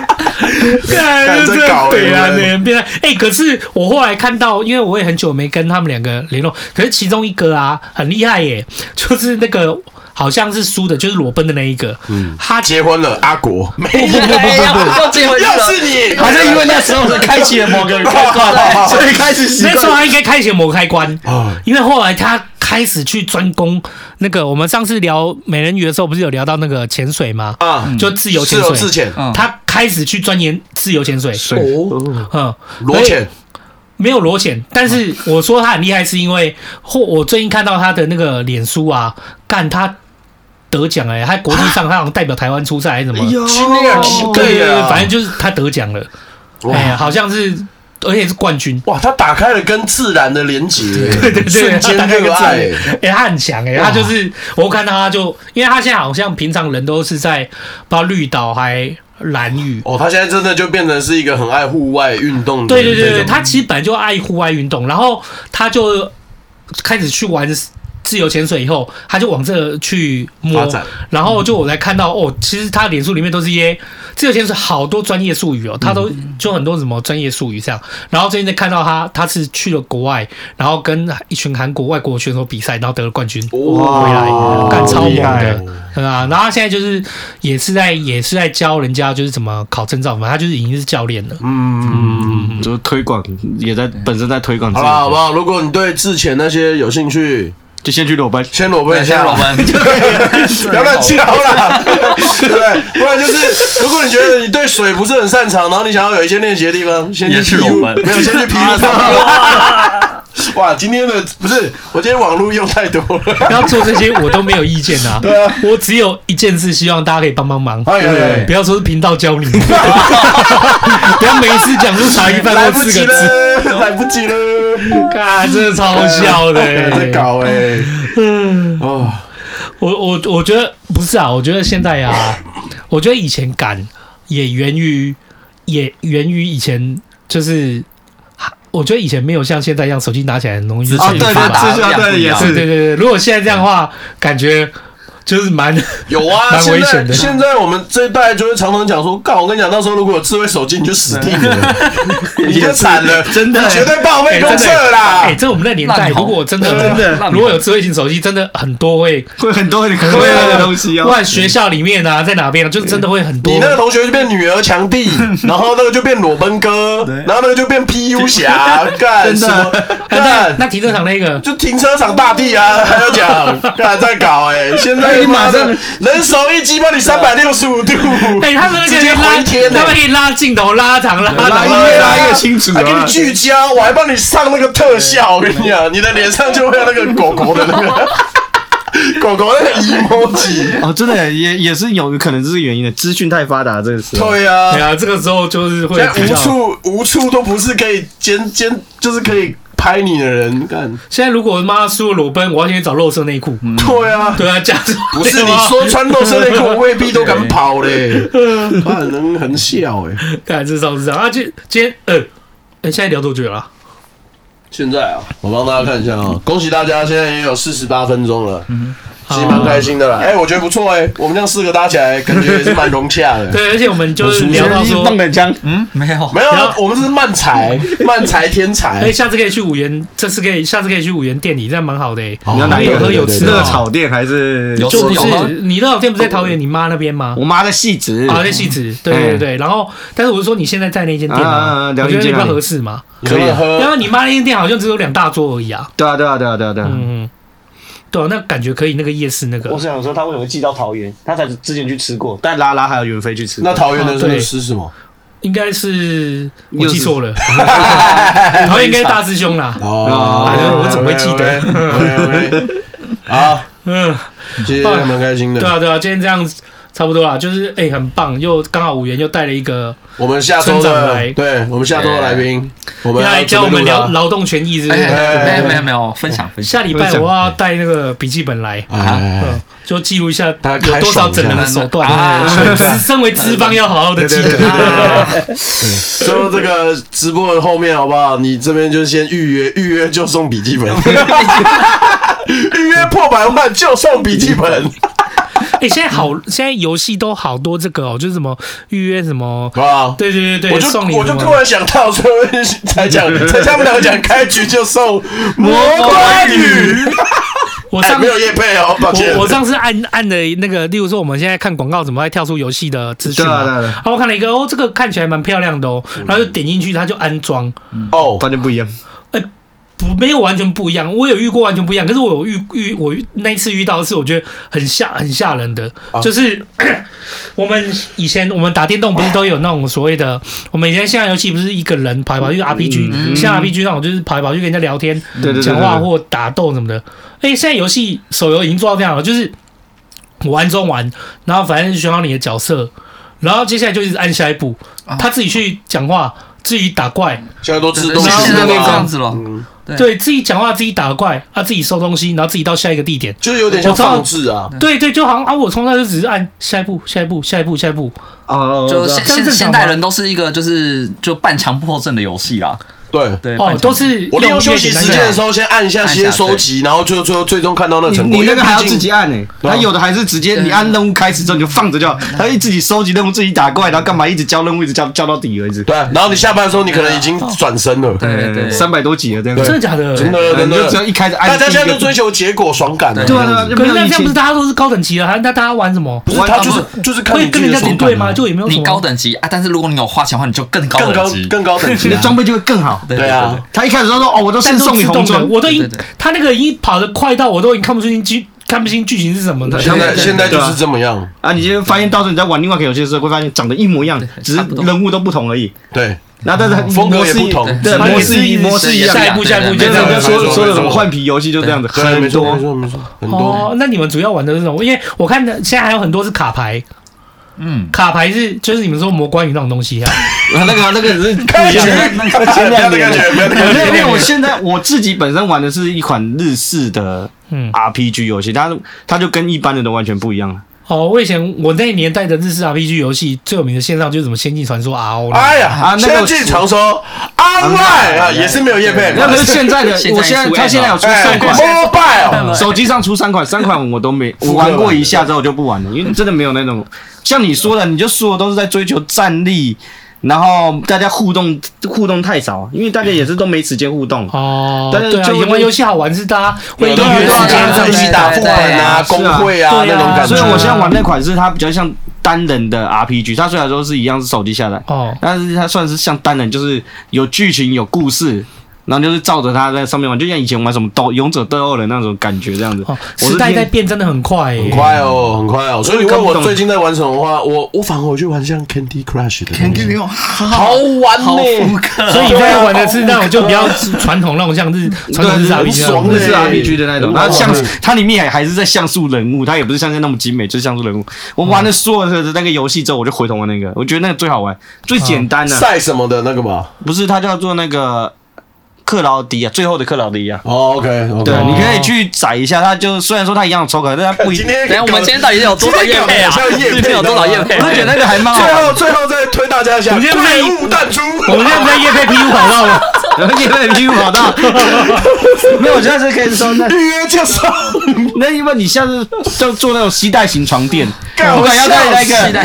C: 干
B: 真搞欸
C: 对啊，
B: 我们
C: 对，变态。哎，可是我后来看到，因为我也很久没跟他们两个联络，可是其中一个啊很厉害耶，就是那个好像是输的，就是裸奔的那一个，
B: 嗯
C: 他
B: 结婚了，阿国，没
G: 哎呀，又结婚
B: 又
G: 了，
B: 是你，
D: 好像因为那时候是开启 了某个开关，所以开始习
C: 那时候
D: 惯。
B: 哦
C: 他应该开启某个开关，因为后来他开始去专攻那个我们上次聊美人鱼的时候，不是有聊到那个潜水吗？
B: 啊，
C: 就自由
B: 自
C: 潜
B: 由
C: 水，
B: 自潜、
G: 嗯
C: 他开始去钻研自由潜水，
B: 哦，
C: 嗯，
B: 裸潜，
C: 没有裸潜，但是我说他很厉害，是因为或我最近看到他的那个脸书啊，干他得奖哎、他国际上他好像代表台湾出赛还是什
D: 哎
C: 么，
B: 去那样
C: 哦对对对，
B: 啊
C: 反正就是他得奖了，哎呀，好像是而且是冠军，
B: 哇，他打开了跟自然的连接，
C: 对对对，
B: 瞬
C: 他
B: 间
C: 大概
B: 热
C: 就
B: 爱、
C: 知道哎、他很强哎、他就是我看到他就，因为他现在好像平常人都是在包绿岛还蓝屿。
B: 哦，他现在真的就变成是一个很爱户外运动的
C: 对
B: 那种，
C: 对对对，他其实本来就爱户外运动，然后他就呃开始去玩自由潜水以后，他就往这个去摸
B: 发，展，
C: 然后就我才看到哦，其实他脸书里面都是一些自由潜水好多专业术语哦，他都就很多什么专业术语这样，然后最近在看到他他是去了国外，然后跟一群韩国外国选手比赛，然后得了冠军。
B: 哇，
C: 回来干超猛
D: 厉害
C: 的，对啊，然后他现在就是也是在也是在教人家就是怎么考证照嘛，他就是已经是教练了。
D: 嗯，就是推广也在本身在推广自
B: 好
D: 己，
B: 啦，好不好？如果你对自潜那些有兴趣，
D: 就先去裸奔。
B: 先裸奔一下
E: 像
B: 啦，
E: 我们
B: 不要乱叫啦，对不对？不然就是，如果你觉得你对水不是很擅长，然后你想要有一些练习的地方，先去
E: 也是
B: 皮肤
E: 裸奔
B: 没有先 去皮肤上。 哇，今天的不是我今天网络用太多了。
C: 不要做这些，我都没有意见 啊。对啊，我只有一件事，希望大家可以帮帮忙。
B: 哎呀呀呀
C: 不要说是频道教你， 不要每一次讲出茶余饭
B: 来
C: 后
B: 不
C: 四
B: 及
C: 个字，
B: 了，来不及了，
C: 看真的超笑的、
B: 还 在搞哎，哦，
C: 我我我觉得不是啊，我觉得现在啊，我觉得以前敢也源于也源于以前就是。我觉得以前没有像现在一样，手机拿起来很容易就
E: 资
B: 啊
E: 讯
C: 去发
E: 发
C: 吧
E: 达
D: 哦对对对
E: 不一样
D: 也
C: 对
D: 是
C: 对对对，如果现在这样的话，感觉就是蛮
B: 有啊，
C: 蛮
B: 现
C: 危险
B: 在
C: 的
B: 现在我们这一代就会常常讲说，干，我跟你讲，到时候如果有智慧手机，你就死定 了，你就惨了，
D: 真的
B: 你绝对报
C: 哎
B: 废公
C: 真
B: 社
C: 的
B: 啦
C: 哎、。这我们那年代，
E: 烂头
C: 如果真的
B: 啊
D: 真的
C: 如果有智慧型手机，真的很多会
D: 会很多很可
B: 啊
D: 爱的东西
C: 不
D: 哦。
C: 管学校里面啊，在哪边啊，就是真的会很
B: 嗯
C: 多
B: 你。那个同学就变女儿强弟， 然后那个就变裸奔哥，然后那个就变 PU 侠，干
D: 真
B: 什
D: 的
B: 么？
C: 哎那
B: 干
C: 那停车场那个，
B: 就停车场大地啊，还要 讲，干在搞哎，现在你马上人手一机帮你三百六十五度，
C: 哎、他们那
B: 直
C: 个可以
B: 接
C: 拉
B: 回天，
C: 他
B: 欸
C: 们可以拉镜头、拉长、拉
D: 拉
C: 长
D: 越
B: 一。对啊
D: 拉越清楚
B: 还给你
D: 啊！
B: 聚焦，我还帮你上那个特效，我跟你讲，你的脸上就会有那个狗狗的那 个狗狗那个 emoji，
D: 哦，真的也也是有可能这是原因的，资讯太发达，这个时候。
B: 对啊
C: 对，啊，这个时候就是会
B: 现
D: 啊
B: 在
C: 比
B: 无
C: 较。
B: 处无处都不是可以监监，就是可以拍你的人，干
C: 现在如果妈输了裸奔，我要先去找肉色内裤。
D: 嗯
B: 对啊，
C: 对啊，这样子
B: 不是你说穿肉色内裤未必都敢跑 嘞，他很能很笑哎、
C: 看这招是这样啊。今今天呃，哎、现在聊多久了啊？
B: 现在啊，我帮大家看一下啊、恭喜大家，现在也有四十八分钟了，
C: 嗯
B: 其实蛮开心的啦。哎、我觉得不错哎、我们这样四个搭起来，感觉也是蛮融洽的。
C: 对，而且我们就是
B: 我
C: 聊到说，
D: 放冷枪，
G: 嗯没有，
B: 没有
C: 然
B: 啊，
C: 后
B: 我们是慢 才，慢才天才
C: 哎、。下次可以去五元，这次可以，下次可以去五元店里，这样蛮好的、欸。
D: 你要哪一个
C: 有喝有吃
D: 热
C: 的
D: 炒店还是
E: 有
C: 就不
E: 有吗
C: 是你那老店不是在桃园你妈那边吗？
D: 我妈的戏子
C: 啊，在戏子，对对对对。然后，但是我是说你现在在那间店
D: 啊啊
C: 啊
D: 啊，
C: 我
D: 了
C: 觉
D: 解
C: 得那
D: 了
C: 边
D: 解
C: 合适吗？
B: 可以
C: 因
B: 喝，
C: 为你妈那间店好像只有两大桌而已啊。
D: 对啊，对啊，对啊，对啊，对啊。
C: 嗯，嗯，对啊，那感觉可以，那个夜市那个
D: 我。想说，他为什么寄到桃园？他才之前去吃过，但拉拉还有袁飞去吃。
B: 那桃园的
C: 啊对
B: 是吃什么？
C: 应该是我
D: 又
C: 记
D: 是
C: 错了，桃园应该是大师兄啦。
B: 哦
C: 哎呀我怎么会记得
B: OK，OK，OK？好，
C: 嗯，
B: 其实蛮开心
C: 对
B: 的。
C: 啊对啊，今天这样子差不多啦，就是哎、很棒，又刚好五元又带了一个
B: 我们下周
C: 村长
B: 的
C: 来，
B: 对我们下周的来宾，我们
C: 要来教我们聊
B: 聊。
C: 劳动权益，是不
G: 哎
C: 是？
G: 没有没有没有，分享分享，
C: 下礼拜我要带那个笔记本来，
B: 哎，
C: 嗯，就记录一下
B: 大家
C: 有多少整人的手段。
G: 啊
C: 对身为资方要好好的记得啊。
B: 最后这个直播的后面好不好？你这边就先预约，预约就送笔记本， 预约破百万就送笔记本。
C: 哎，现在好，现在游戏都好多这个哦，就是什么预约什么，
B: 好不好？
C: 对对对
B: 我
C: 对，
B: 就
C: 送你
B: 我
C: 什
B: 就突
C: 么。
B: 然想到，所以才 讲，才他们两个讲开局就送魔关 羽，
C: 我
B: 哎
C: 上
B: 没有叶配哦，抱歉
C: 我。我上次按按的那个，例如说我们现在看广告怎么会跳出游戏的资讯嘛，
D: 对啊对啊对啊
C: 然后我看了一个哦，这个看起来蛮漂亮的哦，然后就点进去，它就安装，
B: 哦，
D: 完全不一样。
C: 不没有完全不一样，我有遇过完全不一样，可是我有遇遇我遇那一次遇到是我觉得很吓很吓人的，
D: 啊
C: 就是 我们以前我们打电动不是都有那种所谓的，我们以前现在游戏不是一个人跑来跑去 RPG，、像 RPG 那种就是跑来跑去跟人家聊天、
D: 嗯对对对
C: 讲话或打斗什么的。哎、现在游戏手游已经做到这样了，就是我玩中玩，然后反正选好你的角色，然后接下来就一直按下一步，
D: 啊
C: 他自己去讲话，自己打怪，
B: 现在都自动
G: 对
B: 输
G: 现在
B: 入
G: 变这样
B: 啊，
G: 子了，
C: 对自己讲话，自己打怪，啊，自己收东西，然后自己到下一个地点。
B: 就是有点像放置啊。
C: 对对，就好像啊，我从那就只是按下一步，下一步，下一步，下一步。
D: 哦，
G: 就现
C: 这样
G: 现
C: 正常
G: 现
C: 吗
G: 代人都是一个就是就半强迫症的游戏啦，
B: 对，
G: 对，
C: 哦，
G: 半强
C: 都是
B: 我利用休息时间的时
C: 候，
B: 候先按一下时间收集，然后就最后最终看到那个
D: 你
B: 成果。
D: 你那
B: 因为
D: 个还要
B: 毕竟
D: 自己按呢、欸，
B: 啊
D: 他有的还是直接你按任务开始之后你就放着就好，他自己收集任务自己打怪，然后干嘛一直交任务一直交交到底为止。
B: 对，啊然后你下班的时候你可
C: 啊
B: 能已经转身了。
G: 对啊对
D: 三百多集了这样
C: 真
D: 子
C: 的。假的？
B: 真的
D: 对
B: 真
D: 你就只要
B: 的，
D: 一开始按
B: 大家
D: 第一
B: 现在
D: 个
B: 都追求结果爽感了。
D: 对啊对啊，就
C: 可是
D: 没有
C: 那
D: 以
C: 这样不是
D: 前
C: 大家都是高等级了，还那大家玩什么？
B: 不是他就是就是看
C: 会
B: 你
C: 跟
B: 自己的
C: 人家
B: 手
C: 比
B: 段
C: 对吗？就也没有什
G: 你
C: 么
G: 高等级啊，但是如果你有花钱的话，你就更高
B: 更
G: 等
B: 高
G: 级。
B: 更高等
D: 你
B: 级
D: 的
B: 啊。
D: 装备就会更好。
B: 对啊，
D: 他一开始都说哦，我都
C: 但
D: 是
C: 都
D: 送
C: 自
D: 你
C: 动
D: 红
C: 的，
D: 砖，
C: 我都已
G: 对
C: 经
G: 对对
C: 他那个已经跑得快到我都已经看不出剧看不清剧情是什么的。
B: 现在
D: 对对对
B: 现在就是这么样，
D: 啊，你就发现到时候你在玩另外一个游戏的时候，会发现长得一模一样，只是
G: 差不多
D: 人物都不同而已。
B: 对，
D: 然后但是
B: 风格也
D: 模式
B: 不同
D: 对，
C: 然后
D: 模
C: 也
D: 式一
C: 是
D: 模式一样。
C: 下一步，
G: 对
C: 下一步
G: 对
C: 就
B: 对
D: 就是
C: 这
D: 人
C: 样
D: 家
B: 对
D: 说
B: 没错
D: 说的什
B: 没
D: 么
B: 错
D: 换皮游戏就这样子，
B: 对啊没
D: 很
B: 错
D: 多
B: 没。错没错，很多。
C: 哦，那你们主要玩的是什么？因为我看的现在还有很多是卡牌，
G: 嗯，
C: 卡牌是就是你们说魔关羽那种东西啊。
D: 那个那个只是不一样
B: 哎不 要那个感觉，不要那个感
D: 没有，因
B: 觉。
D: 为我现在我自己本身玩的是一款日式的
C: 嗯，
D: RPG 游戏，它它就跟一般的都完全不一样了。
C: 哦，我以前我那年代的日式 RPG 游戏最有名的线上就是什么《仙境传说》RO 啦。
B: 哎呀
D: 啊，那
B: 现
D: 个
B: 在经常说 online 啊，也是没有业配，
D: 那可是现在的
G: 现，在哎
D: 我现在
G: 出 N
D: 它现在有出
B: 哎
D: 三款。
B: mobile
D: 手机上出三款，三款我都 没，我玩过一下之后就不玩了，因为真的没有那种像你说的，你就说的都是在追求战力，然后大家互动互动太少，因为大家也是都没时间互动。
C: 哦，
D: 但是
C: 对啊，
D: 就
C: 以前玩游戏好玩是大家会
B: 有
C: 约
B: 的
C: 时
B: 人
G: 对啊对
C: 间
G: 啊
C: 上
B: 一
C: 去
B: 起打副本啊，工会啊那种感觉。
D: 所以我现在玩那款是它比较像单人的 RPG，它虽然说是一样是手机下载，
C: 哦，
D: 但是它算是像单人，就是有剧情有故事。然后就是照着它在上面玩，就像以前玩什么斗勇者斗恶人那种感觉这样子
C: 哦，。
D: 我
C: 时
D: 是
C: 代
D: 听
C: 在变，真的很快、欸，
B: 很快哦，很快哦。所以你问我最近在玩什么的话，我我反而我去玩像 Candy Crush 的东西，
F: 你用好
B: 好玩
G: 好
B: 呢
G: 复，刻，
C: 所以你在玩的是那种就比较传统那种像 日传统日式
D: 对
C: RPG
B: 很
C: 那
B: 爽
C: 种
B: 的
D: 日式 RPG 的那种，
B: 对
D: 它像
B: 对
D: 它里面还还是在像素人物，它也不是像那么精美，就是像素人物。
B: 嗯
D: 我玩了所有的那个游戏之后，我就回头玩那个，我觉得那个最好玩，最简单的，
B: 赛什么的那个嘛。
D: 不是它叫做那个克劳迪亚，最后的克劳迪亚。
B: 哦，OK OK，
D: 对，啊你可以去载一下，它就虽然说它一样有抽卡，但它不一定。
B: 哎天
G: 等一下我们今天到底有多少业配啊？
B: 今天搞得像业配
G: 今天有多少业配？
D: 我就觉得那个还蛮好
B: 最
D: 玩
B: 后最后再推大家一下，
C: 我们今天
B: 队伍淡出，
C: 我们现在在夜配 PU 跑道 了，
D: 的，而且那个 P 跑道。没有，我下次可 以说那
B: 预约介绍，
D: 那因为你下次就做那种吸带型床垫，
B: 干
D: 不管要在那
G: 吸带
D: 个，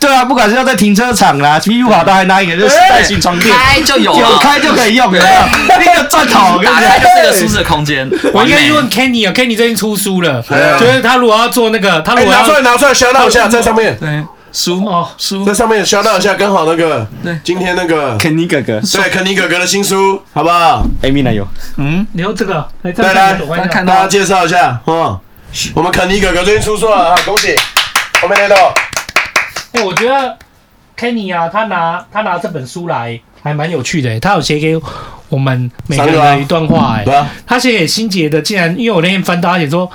D: 对啊，不管是要在停车场啦，P U 跑道还拿一个就是吸带型床垫，
G: 开就有
D: 有
G: 了，
D: 开就可以用，有没有？那个钻头，我跟你
G: 打开就
D: 讲，
G: 是一个舒适的空间。
C: 我应该
B: 哎
C: 去
G: 完美
C: 问 Kenny 啊，Kenny 最近出书了，
B: 啊
C: 就是他如果要做那个，他
B: 哎
C: 如果
B: 拿
C: 要
B: 出来拿出来，shout out 一下，在上面，
G: 对书
C: 哦
G: 书
B: 在上面 shout out 一下，刚好那个
G: 对
B: 今天那个
D: 肯尼哥哥
B: 对肯尼哥哥的新书，好不好？
D: ，Amy 男友，
C: 你用这个来
B: 来来
C: 我看一下
G: 看
B: 大家
G: 到
B: 介绍一下，嗯，我们肯尼哥哥最近出书了啊，恭喜！后面那道
C: 哎、我觉得 Kenny 啊，他拿他拿这本书来还蛮有趣的、他有写给我们每个人的一段话、
B: 对
C: 哎、
B: 啊，
C: 他写给心杰的，竟然因为我那天翻到，他写说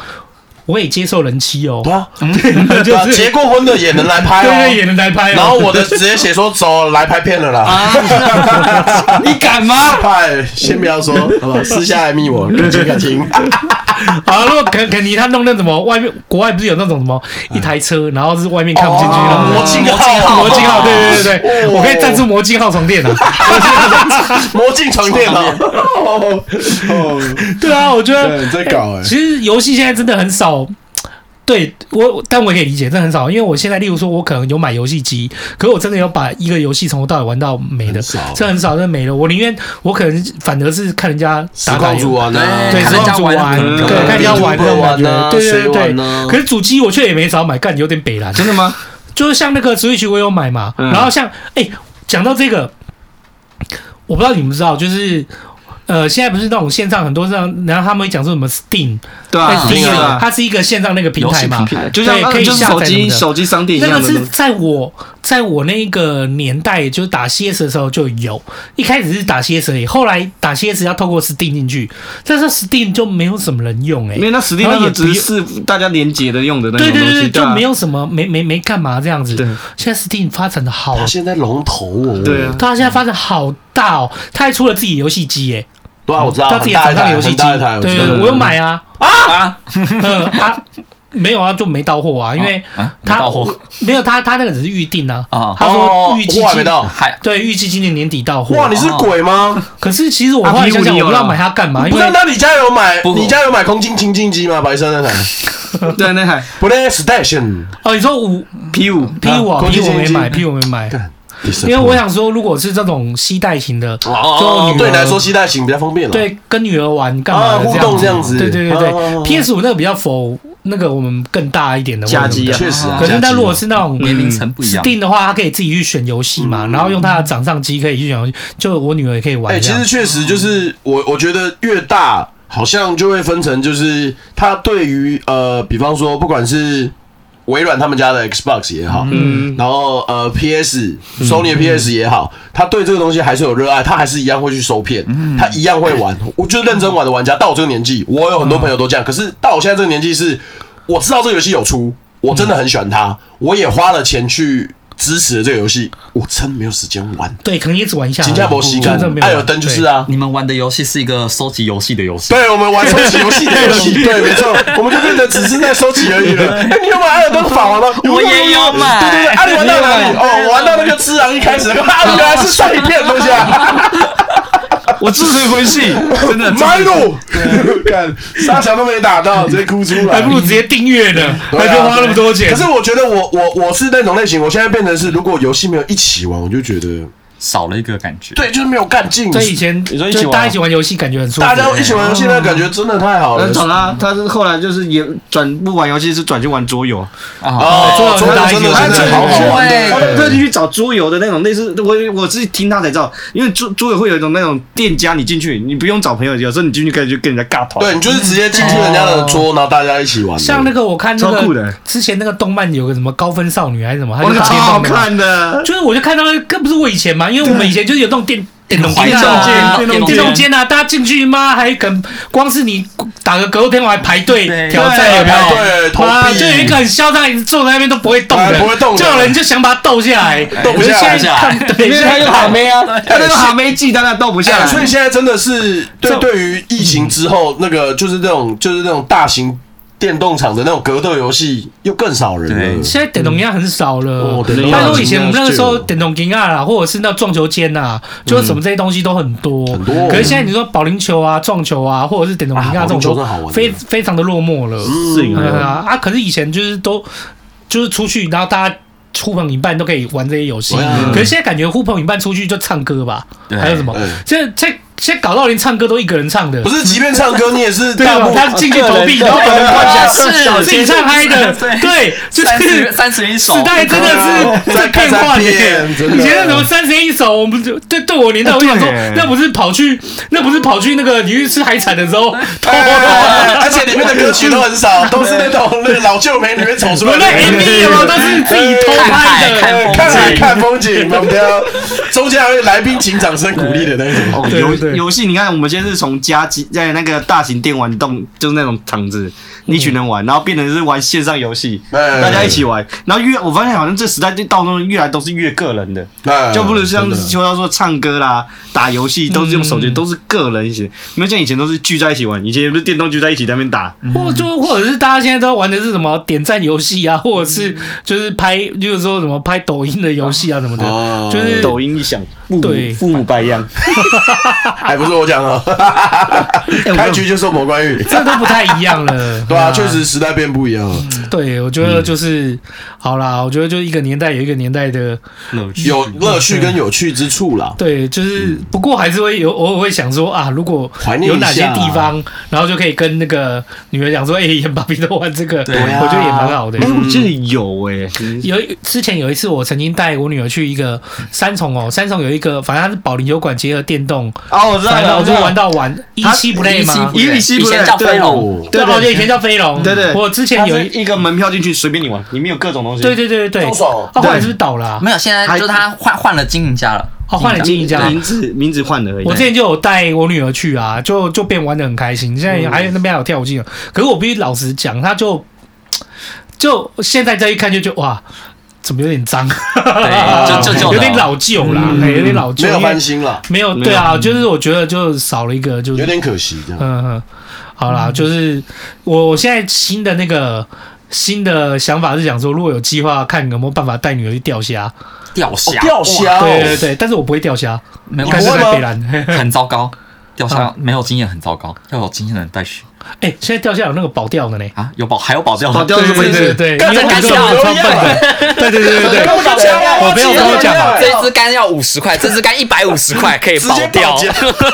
C: 我也接受人妻 哦、
B: 对啊，
C: 就
B: 对啊
C: 是
B: 结过婚的也能来拍
C: 对对，
B: 哦。
C: 也能来 拍哦、
B: 然后我的直接写说走来拍片了啦，
C: 啊
D: 你敢吗？
B: 嗨，先不要说，好不好？私下来密我，感情感 情。
C: 啊好，如果肯肯尼他弄那什么，外面国外不是有那种什么一台车，然后是外面看不进去
B: 啊
C: 那
B: 哦
C: 种
B: 魔镜
C: 啊
B: 号，
C: 魔镜号，对对对对，
B: 哦
C: 我可以赞助魔镜号床垫啊。
B: 魔镜床垫啊，哦，
C: 对啊，我觉得
B: 对，在搞哎，
C: 其实游戏现在真的很少。对我，但我也可以理解，真的很少。因为我现在，例如说，我可能有买游戏机，可是我真的有把一个游戏从头到尾玩到没的，这很少，真的没了。我宁愿我可能反而是看人家打打游
B: 玩
G: 啊
C: 对，
G: 看人家
C: 主
G: 玩
C: 玩，
G: 嗯
C: 对，看人家玩那种感
B: YouTuber 玩啊
C: 觉，对对
B: 谁
C: 对
B: 玩
C: 对。
B: 啊
C: 可是主机我却也没少买，干有点北蓝，
D: 真的吗？
C: 就是像那个 Switch 我有买嘛，
D: 嗯
C: 然后像哎，讲到这个，我不知道你们知道，就是呃，现在不是那种线上很多这样，然后他们会讲说什么 Steam，
D: 对啊，
C: Steam
D: 是啊
C: 它是一个线上那个平
D: 游
C: 台
D: 戏
C: 嘛，
D: 平台就像
C: 对
D: 啊
C: 可以
D: 就是
C: 下载什
D: 手
C: 么的
D: 机手机商店一
C: 那
D: 样
C: 个
D: 的
C: 是
D: 东西。
C: 在我在我那个年代，就是打 CS 的时候就有，一开始是打 CS 而已，后来打 CS 要透过 Steam 进去，但是 Steam 就没有什么人用哎、
D: 没有，那实际
C: 然后
D: 上
C: 也
D: 只
C: 不
D: 是大家连接的用的那种
C: 对
D: 东
C: 对对，
D: 西，
C: 就
D: 啊
C: 没有什么没没没干嘛这样子。
D: 对
C: 现在 Steam 发展的好
B: 他，现在龙头哦，
D: 对啊，
C: 它现在发展好大哦，它还出了自己的游戏机哎，
B: 对啊，我知道，
C: 它自己
B: 很大
C: 掌
B: 一台，
C: 上游戏
B: 很
C: 机
B: 大一台，，我
C: 对
B: 知
C: 对
B: 道
C: 对，
D: 嗯
C: 我有买啊
G: 啊，
C: 嗯啊，没有啊，就没到货啊，因
B: 哦
C: 为
G: 啊没
C: 他
G: 到货
C: 没有他他那个只是预定啊
G: 哦，
C: 他说预计
B: 我还没
C: 今
B: 到。
G: 还
C: 对预计今年年底到货。
B: 哇，你是啊鬼吗？
C: 可是其实我后来想想，我不知道买它干啊嘛，因
B: 不是，
C: 为
B: 那你家有买？
G: 不
B: 你家有买空气清净机吗？白色那台？
D: 对那还
B: 不对，Station。
C: 哦，你说五
D: P 五
C: P 五啊
B: 空
C: ，P
B: 气
C: 五没
B: 清
C: 买
B: 新
C: ，P 五没买，
B: 干
C: 因为我想说，如果是这种吸带型的，
B: 哦哦
C: 就
B: 哦
C: 女儿
B: 对你来说，携带型比较方便了。，哦
C: 对，跟女儿玩干嘛
B: 啊
C: 的
B: 互动这样子
C: 对对对
B: 哦哦
C: 对
B: 哦
C: ，PS 五那个比较否那个我们更大一点的
D: 加机
C: 啊。
D: 啊，
B: 确实啊。
C: 可是
B: 家
C: 那
B: 机
C: 如果是那种
G: 年龄层不一样，
C: 定的话，他可以自己去选游戏
B: 嗯
C: 嘛，然后用他的掌上机可以去选游戏，就我女儿也可以玩
B: 哎、
C: 这
B: 其
C: 样。
B: 实确实就是我，我觉得越大好像就会分成，就是它对于呃，比方说不管是微软他们家的 Xbox 也好，嗯，然后呃 PS、Sony 的
C: 嗯
B: PS 也好，他对这个东西还是有热爱，他还是一样会去收片，
C: 嗯
B: 他一样会玩。我就是认真玩的玩家，到我这个年纪，我有很多朋友都这
C: 嗯
B: 样，可是到我现在这个年纪是，我知道这个游戏有出，我真的很喜欢它，我也花了钱去。支持了这个游戏，我真没有时间玩。
C: 对，可能一直玩下来。
B: 新加坡西
C: 就
B: 干
C: 啊真的没，有
B: 艾
C: 玩
B: 尔登就是。啊。
G: 你们玩的游戏是一个收集游戏的游戏，
B: 对，我们玩收集游戏的游戏，对，没错，我们就变得只是在收集而已了。哎，你有买《艾尔登法环》吗？
G: 我也有买
B: 对对对，啊，你玩到哪里？哦，我玩到那个吃狼一开始，啊，原来是上一片东西啊，
D: 我支持魂系，真的
B: 买路，看沙墙都没打到，直接哭出来，
C: 还不如直接订阅呢，
B: 对啊
C: 还不用花那么多钱。
B: 可是我觉得我我我是那种类型，我现在变成是，如果游戏没有一起玩，我就觉得
G: 少了一个感觉。
B: 对，就是没有干劲。
C: 对以前
D: 你说一起玩
C: 就大家一起玩游戏，感觉很舒服。
B: 大家一起玩游戏，那感觉真的太好了
D: 很。转嗯啦，他是后来就是也转不玩游戏，是转去玩桌游。
G: 啊，
B: 哦，
C: 做
B: 真
C: 了
B: 的
C: 大家一
B: 真
C: 起
B: 的
C: 玩
B: 真的好好玩的。
D: 他特地去找桌游的那种类似，我我是听他才知道，因为桌桌游会有一种那种店家，你进去你不用找朋友，有时候你进去可以就跟人家尬团。
B: 对，你就是直接进去人家的桌，然后大家一起玩的。
C: 像那个我看那
D: 超酷的
C: 个之前那个动漫有个什么高分少女还是什么，她
D: 哇，
C: 就
D: 那个超
C: 接
D: 好
C: 动的嘛
D: 看的，
C: 就是我就看到那个，更不是我以前嘛，因为我们以前就是有那种电电动
G: 怀
C: 间
G: 旧
C: 啊，
G: 电
C: 电
G: 动
C: 动
G: 间
C: 间啊，大家进去妈还肯，光是你打个格斗天王还排队
G: 对
C: 挑战有没
B: 排
C: 有？
B: 队投
C: 啊，
B: 币，
C: 就有一个很嚣张，一直坐在那边都不会动的，
B: 哎不会动的
C: 就有人就想把他斗下来，
B: 斗不下来
C: 我就现在看对，
D: 因为
C: 现在
D: 他有
C: 看
D: 好妹啊，他那个好妹技，但他斗不下
B: 哎
D: 来。
B: 所以现在真的是对
C: 这
B: 对于疫情之后，那个就是那种就是那种大型电动场的那种格斗游戏又更少人了
G: 对。
C: 现在电动间很少了
B: 哦电动。间
C: 但是我以前我
B: 很
C: 们
B: 少
C: 那个时候电动间啊，或者是那撞球间啊，就是什么这些东西都很多。
B: 嗯很多
C: 可是现在你说保龄球啊、撞球啊，或者是电动间
B: 啊
C: 这种
B: 保龄球真的好
C: 都
B: 玩
C: 非非常的落寞了。
D: 是
C: 对啊啊！可是以前就是都就是出去，然后大家。呼朋引伴都可以玩这些游戏，
B: 对啊
C: 可是现在感觉呼朋引伴出去就唱歌吧，
G: 对
C: 还有什么
B: 对？
C: 现在现在现在搞到连唱歌都一个人唱的，
B: 不是，即便唱歌，你也是
C: 对
B: 大
C: 吧
B: 部？
C: 他进去投币，然后把人关起来，是自己唱嗨的，
G: 对
C: 对，就
G: 三十
C: 是
G: 三十一首，
C: 时
B: 哦
C: 代真的是在变换耶！
B: 真的
C: 以前那什么三十一首，我们就对对我年代，我想说
D: 对耶，
C: 那不是跑去那不是跑去那个你去吃海产的时候，
B: 哎而且里面的歌曲都很少，都是那种那个老旧美里面走出
C: 我
B: 来的
C: 那 MV 有没有都是自己偷拍的？
B: 哎看海看风景，我们要中间还会来宾请掌声鼓励的那种。
D: 哦，
C: 对
D: 游
C: 对
D: 游戏，你看，我们现在是从家机在那个大型电玩动，就是那种场子，一群人玩，然后变成是玩线上游戏，
B: 哎
D: 大家一起玩。然后越我发现，好像这时代就到中越来都是越个人的，
B: 哎
D: 就不如像就要说唱歌啦、打游戏都是用手机，都是个人一起，没有像以前都是聚在一起玩，以前不是电动聚在一起在那边打，
C: 或就或者是大家现在都玩的是什么点赞游戏啊，或者是就是拍，就是说什么拍抖音的游戏啊什么的，
B: 哦
C: 就是
D: 嗯抖音一响，父母
C: 对
D: 父母白养，
B: 还不是我讲哦，
C: 哎
B: 开局就送魔关羽，
C: 这都不太一样了。
B: 对啊，确实嗯时代变不一样了。
C: 对，我觉得就是、好啦，我觉得就一个年代有一个年代的，
B: 有
C: 嗯
B: 乐趣跟有趣之处啦。
C: 对，就是、不过还是会有偶尔会想说啊，如果
B: 怀念
C: 有
B: 一下
C: 哪些地方，然后就可以跟那个女 儿讲说，哎、演芭比都玩这个，
G: 对啊
D: 嗯
C: 我觉得也蛮好的。嗯
D: 哎，我记得有哎，
C: 有之前有有一次我曾经带我女儿去一个三重哦，三重有一个，反正它是保龄球馆结合电动，
D: 啊，我知道
C: 反正
D: 了，
C: 我就
D: 知道
C: 玩到玩一七 play 吗？
D: 一比七
E: 以
D: 不
E: 前
D: 对
E: 叫
D: 对
E: 飞龙，
D: 对
C: 哦，对，以
D: 对
C: 前叫飞龙，
D: 对对
C: 我之前
D: 它
C: 有
D: 是
C: 一，
D: 一个门票进去，随便你玩，里面有各种东西。
C: 对对对对对，
B: 多爽哦
C: 啊后来
D: 对
C: 是不是倒了啊？
G: 没有，现在就是他换换了经营家了，
C: 哦，换了经营家。
D: 名字名字换了而已。
C: 我之前就有带我女儿去啊，就就变玩的很开心。现在还有那边还有跳舞机呢，可是我必须老实讲，她就就现在再一看就觉得哇，怎么有点脏，啊
G: 对，就就就
C: 有点老旧啦，哎有点老
B: 嗯
C: 旧，
B: 没有
C: 因为
B: 翻新了，
C: 没有对啊，就是我觉得就少了一个，就是
B: 有点可惜这样。
C: 嗯，嗯，好啦，就是我我现在新的那个新的想法是想说，如果有计划，看有没有办法带女儿去钓虾。
G: 掉下，
B: 钓虾
C: 对
B: 哦
C: 对，对，但是我不会钓虾，
G: 没
C: 但
G: 关
C: 是
G: 系，
C: 在北兰。
G: 很糟糕，掉下没有经验很糟糕，要有经验的人带去
C: 哎，现在钓虾有那个保钓的呢。
G: 啊，有保还有保钓
D: 跑
G: 的，
D: 掉就
C: 对
D: 没
C: 对
D: 事。
C: 对，
G: 干
C: 你有
G: 这
C: 很
G: 干
C: 多
G: 虾
C: 很超
G: 我
C: 笨的。对对对对对，
B: 我讲啊
C: 我没有
B: 记得
C: 跟我讲啊
B: 了
G: 这一只竿要五十块，这只竿一百五十块可以保钓，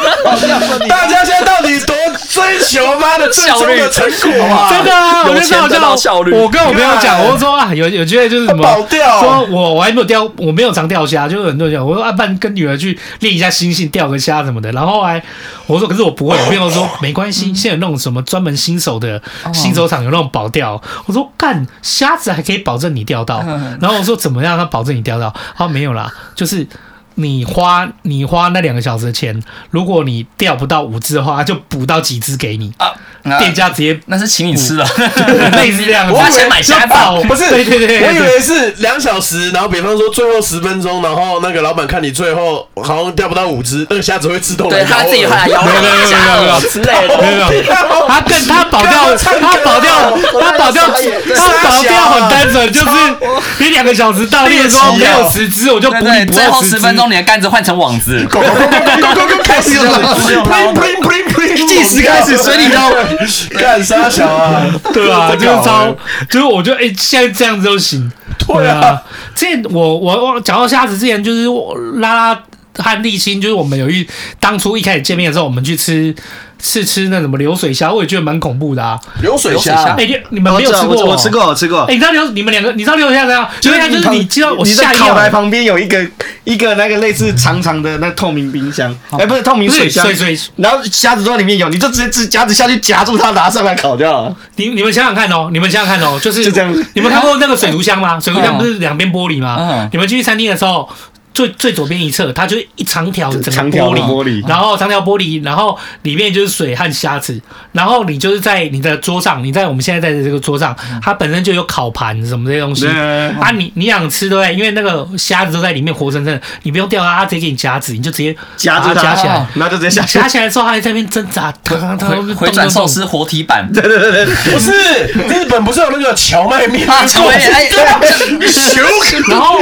B: 大家现在到底多追求妈的最终的成果啊？
C: 真的啊，我
G: 有
C: 就
G: 钱
C: 知
G: 赚
C: 道
G: 到效率
C: 我跟我朋友讲，我说啊，有有觉得就是什么
B: 保钓
C: 说我我还没有钓，我没有常钓虾，就是很多人讲，我说啊，不然跟女儿去练一下心性，钓个虾什么的。然后还我说可是我不会，我朋友说没关
G: 嗯
C: 系，现在有那种什么专门新手的新手场有那种保钓，我说干虾子还可以保证你钓到，
G: 嗯
C: 然后我说怎么样他保证你钓到？他说啊没有啦，就是。你花你花那两个小时的钱，如果你钓不到五只的话，他就补到几只给你。
G: 啊那
C: 店家直接
G: 那是请你吃的，
C: 类似这样子，
G: 我花钱买虾
C: 爆，
B: 不是，
C: 对对对，对
B: 我以为是两小时，然后比方说最后十分钟，然后那个老板看你最后好像钓不到五只，那个虾子会自动 来
G: 对
B: 咬
G: 他
B: 我
G: 自己后来 咬我虾饵之类的，
C: 没有没有，他跟他保钓，他保钓，他保钓，他保钓很单纯，就是你两个小时到练说没有十只，我就补
G: 对
C: 你
G: 对，
C: 补
G: 最后
C: 二
G: 十
C: 只。
G: 分钟你的杆子换成网子，
D: 开始有计时开始，水里捞。
B: 干啥小啊？
C: 对啊，
B: 这
C: 就是
B: 个好
C: 超
B: 玩，
C: 就是我觉得哎、现在这样子都行。对啊，之前我我我讲到虾子之前，就是我拉拉和沥青，就是我们有一当初一开始见面的时候，我们去吃是吃那什么流水虾，我也觉得蛮恐怖的啊。
B: 流水虾
C: 哎、你你们没有吃过、
D: 哦我吃。过，我吃过
C: 哎、。你知道流你们两个，你知道流水虾怎样？流水虾就是你知道我
D: 哦你在
C: 吓一
D: 烤
C: 跳，欸哎
D: 台旁边有一个一个那个类似长长的那透明冰箱，哎，不是透明
C: 不
D: 水
C: 是
D: 箱
C: 水，水，
D: 然后虾子都在里面有，你就直接指夹子下去夹住它，拿上来烤掉了。
C: 你你们想想看哦，你们想想看哦，就是
D: 就这样子
C: 你们看过那个水族箱 吗？水族箱
G: 嗯
C: 不是两边玻璃吗？
G: 嗯
C: 你们进去餐厅的时候。最最左边一侧，它就是一长条的整
D: 长
C: 个
D: 条
C: 玻
D: 的
C: 璃，
D: 玻璃
C: 然后长条玻璃，然后里面就是水和虾子，然后你就是在你的桌上，你在我们现在在的这个桌上，它本身就有烤盘什么这些东西
D: 对嗯对对
C: 啊，你你想吃对不对？因为那个虾子都在里面活生生的，你不用掉它，它直接给你夹子，你就直接
D: 啊夹
C: 把
D: 住
C: 它
D: 它，
C: 夹起来，
D: 然后就直接下去
C: 夹。起来之后它还在那边挣扎，它它它
G: 回回转寿司活体版，
B: 不是日本不是有那个荞麦面？
G: 啊，成为哎，
C: 然后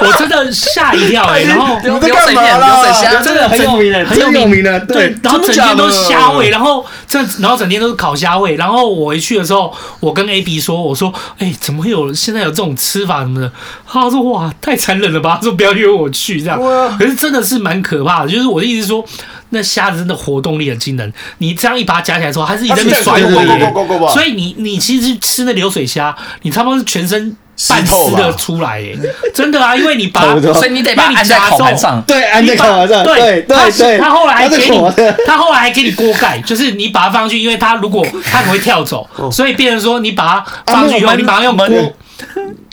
C: 我真的吓一跳哎、欸，然后
G: 流
B: 在
G: 流
B: 干
G: 水
B: 嘛
G: 面
B: 啦
G: 流水虾，
D: 啊真的很有名的，
C: 很有
D: 真有名的，
C: 对，然后整天都是虾味，然后这然后整天都是烤虾味，然后我回去的时候，我跟 A B 说，我说，哎、怎么会有现在有这种吃法什么的？他说，哇，太残忍了吧，他说不要约我去这样，可是真的是蛮可怕的，就是我的意思是说。那虾子真的活动力很惊人，你这样一把它夹起来之后，它自己在那边甩
B: 它是这样
C: 尾
B: 咕咕咕咕咕咕咕咕，
C: 所以你你其实吃那流水虾，你他妈是全身半
B: 湿透
C: 湿
B: 吧
C: 的出来耶，真的啊，因为你把
D: 差不多
G: 所以你得把它按在烤盘上，
D: 对，安在烤上，对
C: 对
D: 对
C: 他
D: 对，
C: 他后来还
D: 它
C: 给
D: 是
C: 你
D: 火的，，
C: 他后来还给你锅盖，就是你把它放上去，因为它如果它可能会跳走，所以变成说你把它放上去以后，
D: 哦啊那个门
C: 你马上用
D: 门
C: 锅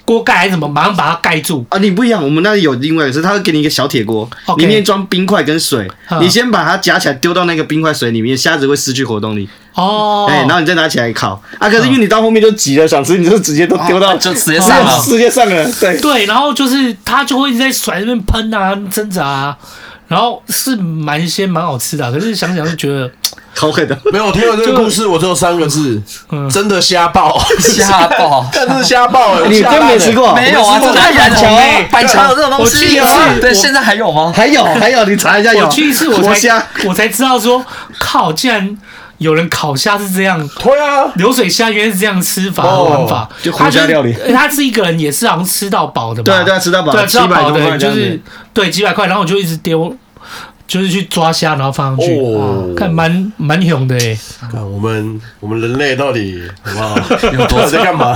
C: 锅盖还是什么，马上把它盖住。
D: 啊，你不一样，我们那里有另外一个是，他会给你一个小铁锅
C: OK
D: 里面装冰块跟水
C: 嗯，
D: 你先把它夹起来丢到那个冰块水里面，虾子会失去活动力，
C: 哦，
D: 哎，然后你再拿起来烤啊。可是因为你到后面就急了，想吃你就直接都丢到
G: 哦就直接上啊了。
D: 世 界上了，对。
C: 对，然后就是它就会一直在甩那边喷啊、挣扎啊，然后是蛮鲜蛮好吃的啊，可是想想就觉得，
D: 好狠的，
B: 没有，我听了这个故事，我只有三个字：真的瞎爆，！
G: 吓爆
B: 看真的瞎爆哎！我
D: 你
B: 吓烂
D: 真
B: 了
D: 没吃？过？
G: 没有啊，这哪里来的
D: 板桥啊
G: 板桥有这种东
C: 我去
G: 西
C: 一次？
G: 对，
C: 我
G: 现在还有吗？
D: 还有还有，你查一下有。
C: 我去一次我
D: 哎活
C: 才
D: 虾，
C: 我才知道说，靠，竟然有人烤虾是这样。
B: 对啊，
C: 流水虾原来是这样吃法和玩法，
D: 哦就
C: 他
D: 胡椒料理
C: 是哎他自己一个人也是好像吃到饱的吧？
D: 对对吃到饱
C: 对，吃到饱
D: 700多块
C: 的，
D: 这
C: 就
D: 样子
C: 是对几百块，然后我就一直丢。就是去抓虾，然后放上去，
B: 哦
C: 哇看蛮蛮勇的哎。
B: 看我们我们人类到底好不好？到底在干嘛？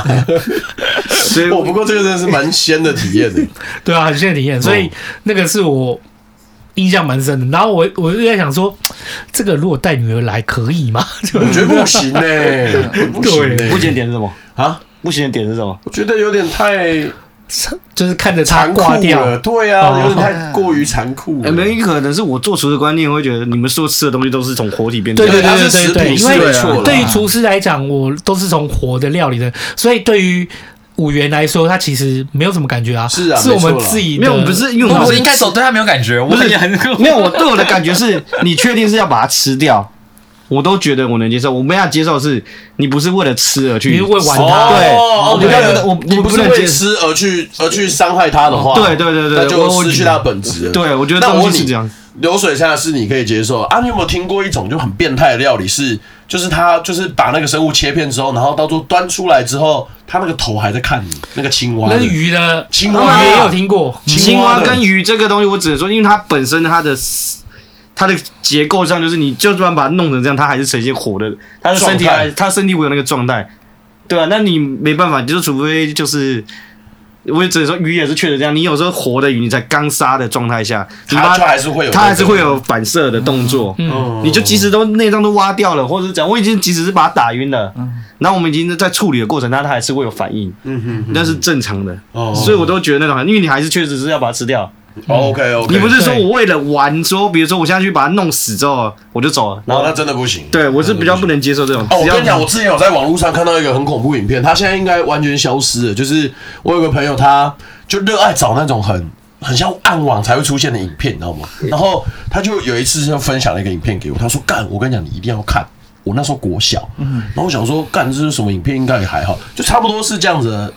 D: 所以
B: 我不过这个真的是蛮鲜的体验的。
C: 对啊，很炫体验，所
D: 哦
C: 以那个是我印象蛮深的。然后我我就在想说，这个如果带女儿来可以吗？ 就
B: 我觉得不行呢、不行呢、
D: 不检点是什么？
B: 啊，
D: 不检点是什么？
B: 我觉得有点太
C: 就是看着她
B: 残酷
C: 挂
B: 了，
C: 掉，
B: 对
C: 哦
B: 啊，有点太过于残酷了。
D: 哎，没有可能是我做厨的观念，我会觉得你们所吃的东西都是从活体变
C: 对
D: 成。
C: 对
B: 它
C: 对
B: 是
C: 对
B: 食
C: 对，
B: 品
C: 因
B: 是没错啊
C: 为
B: 啦
C: 对于厨师来讲，我都是从活的料理的，所以对于五元来说，他其实没有什么感觉啊，
B: 是啊
C: 是我
B: 没
C: 们
B: 错啦
C: 自己的
D: 没有，我们不是因为我
G: 我
D: 们
G: 应该手对他没有感觉，我
D: 不是
G: 也很
D: 没有，我对我的感觉是，你确定是要把它吃掉，我都觉得我能接受。我没法接受的是，你不是为了吃而
C: 你
D: 去
C: 是为玩它
D: 对，
B: 哦
D: 我不
B: 对
D: 能，我
B: 你
D: 我
B: 不是
D: 能
B: 为
D: 接受。
B: 吃而去而去伤害它的话，
D: 对对对对
B: 那就
D: 我我
B: 失去它的本质了。
D: 对，我觉得
B: 那我
D: 东
B: 问
D: 西是
B: 你
D: 这样。
B: 流水虾是你可以接受啊？你有没有听过一种就很变态的料理是，就是它就是把那个生物切片之后，然后到最后端出来之后，它那个头还在看你，那个青蛙的
C: 那是鱼的，
B: 青蛙啊
C: 鱼也有听过，嗯
D: 青蛙
B: 的
D: 跟鱼这个东西，我只能说，因为它本身它的它的结构上，就是你就算把它弄成这样，它还是呈现活的，它的身体
B: 状态
D: 还它身体会有那个状态，对啊，那你没办法，就是除非就是。我也只能说，鱼也是确实这样。你有时候活的鱼，你在刚杀的状态下，你把
B: 它就还是会有那个，
D: 它还是会有反射的动作。
B: 嗯，
D: 你就即使都内脏都挖掉了，或者是讲，我已经即使是把它打晕了，
C: 嗯
D: 然后我们已经在处理的过程，它它还是会有反应，
B: 嗯哼哼
D: 那是正常的。
B: 哦
D: 所以我都觉得那种，因为你还是确实是要把它吃掉。
B: OK OK，
D: 你不是说我为了玩，说比如说我现在去把它弄死之后我就走了，然
B: 哦，
D: 后
B: 那真的不行。
D: 对我是比较不能接受这种。
B: 哦，我
D: 只要
B: 跟你讲，我之前有在网络上看到一个很恐怖影片，他现在应该完全消失了。就是我有个朋友，他就热爱找那种很很像暗网才会出现的影片，你知道吗？然后他就有一次就分享了一个影片给我，他说：“干，我跟你讲，你一定要看。”我那时候国小，然后我想说，干这是什么影片？应该也还好，就差不多是这样子的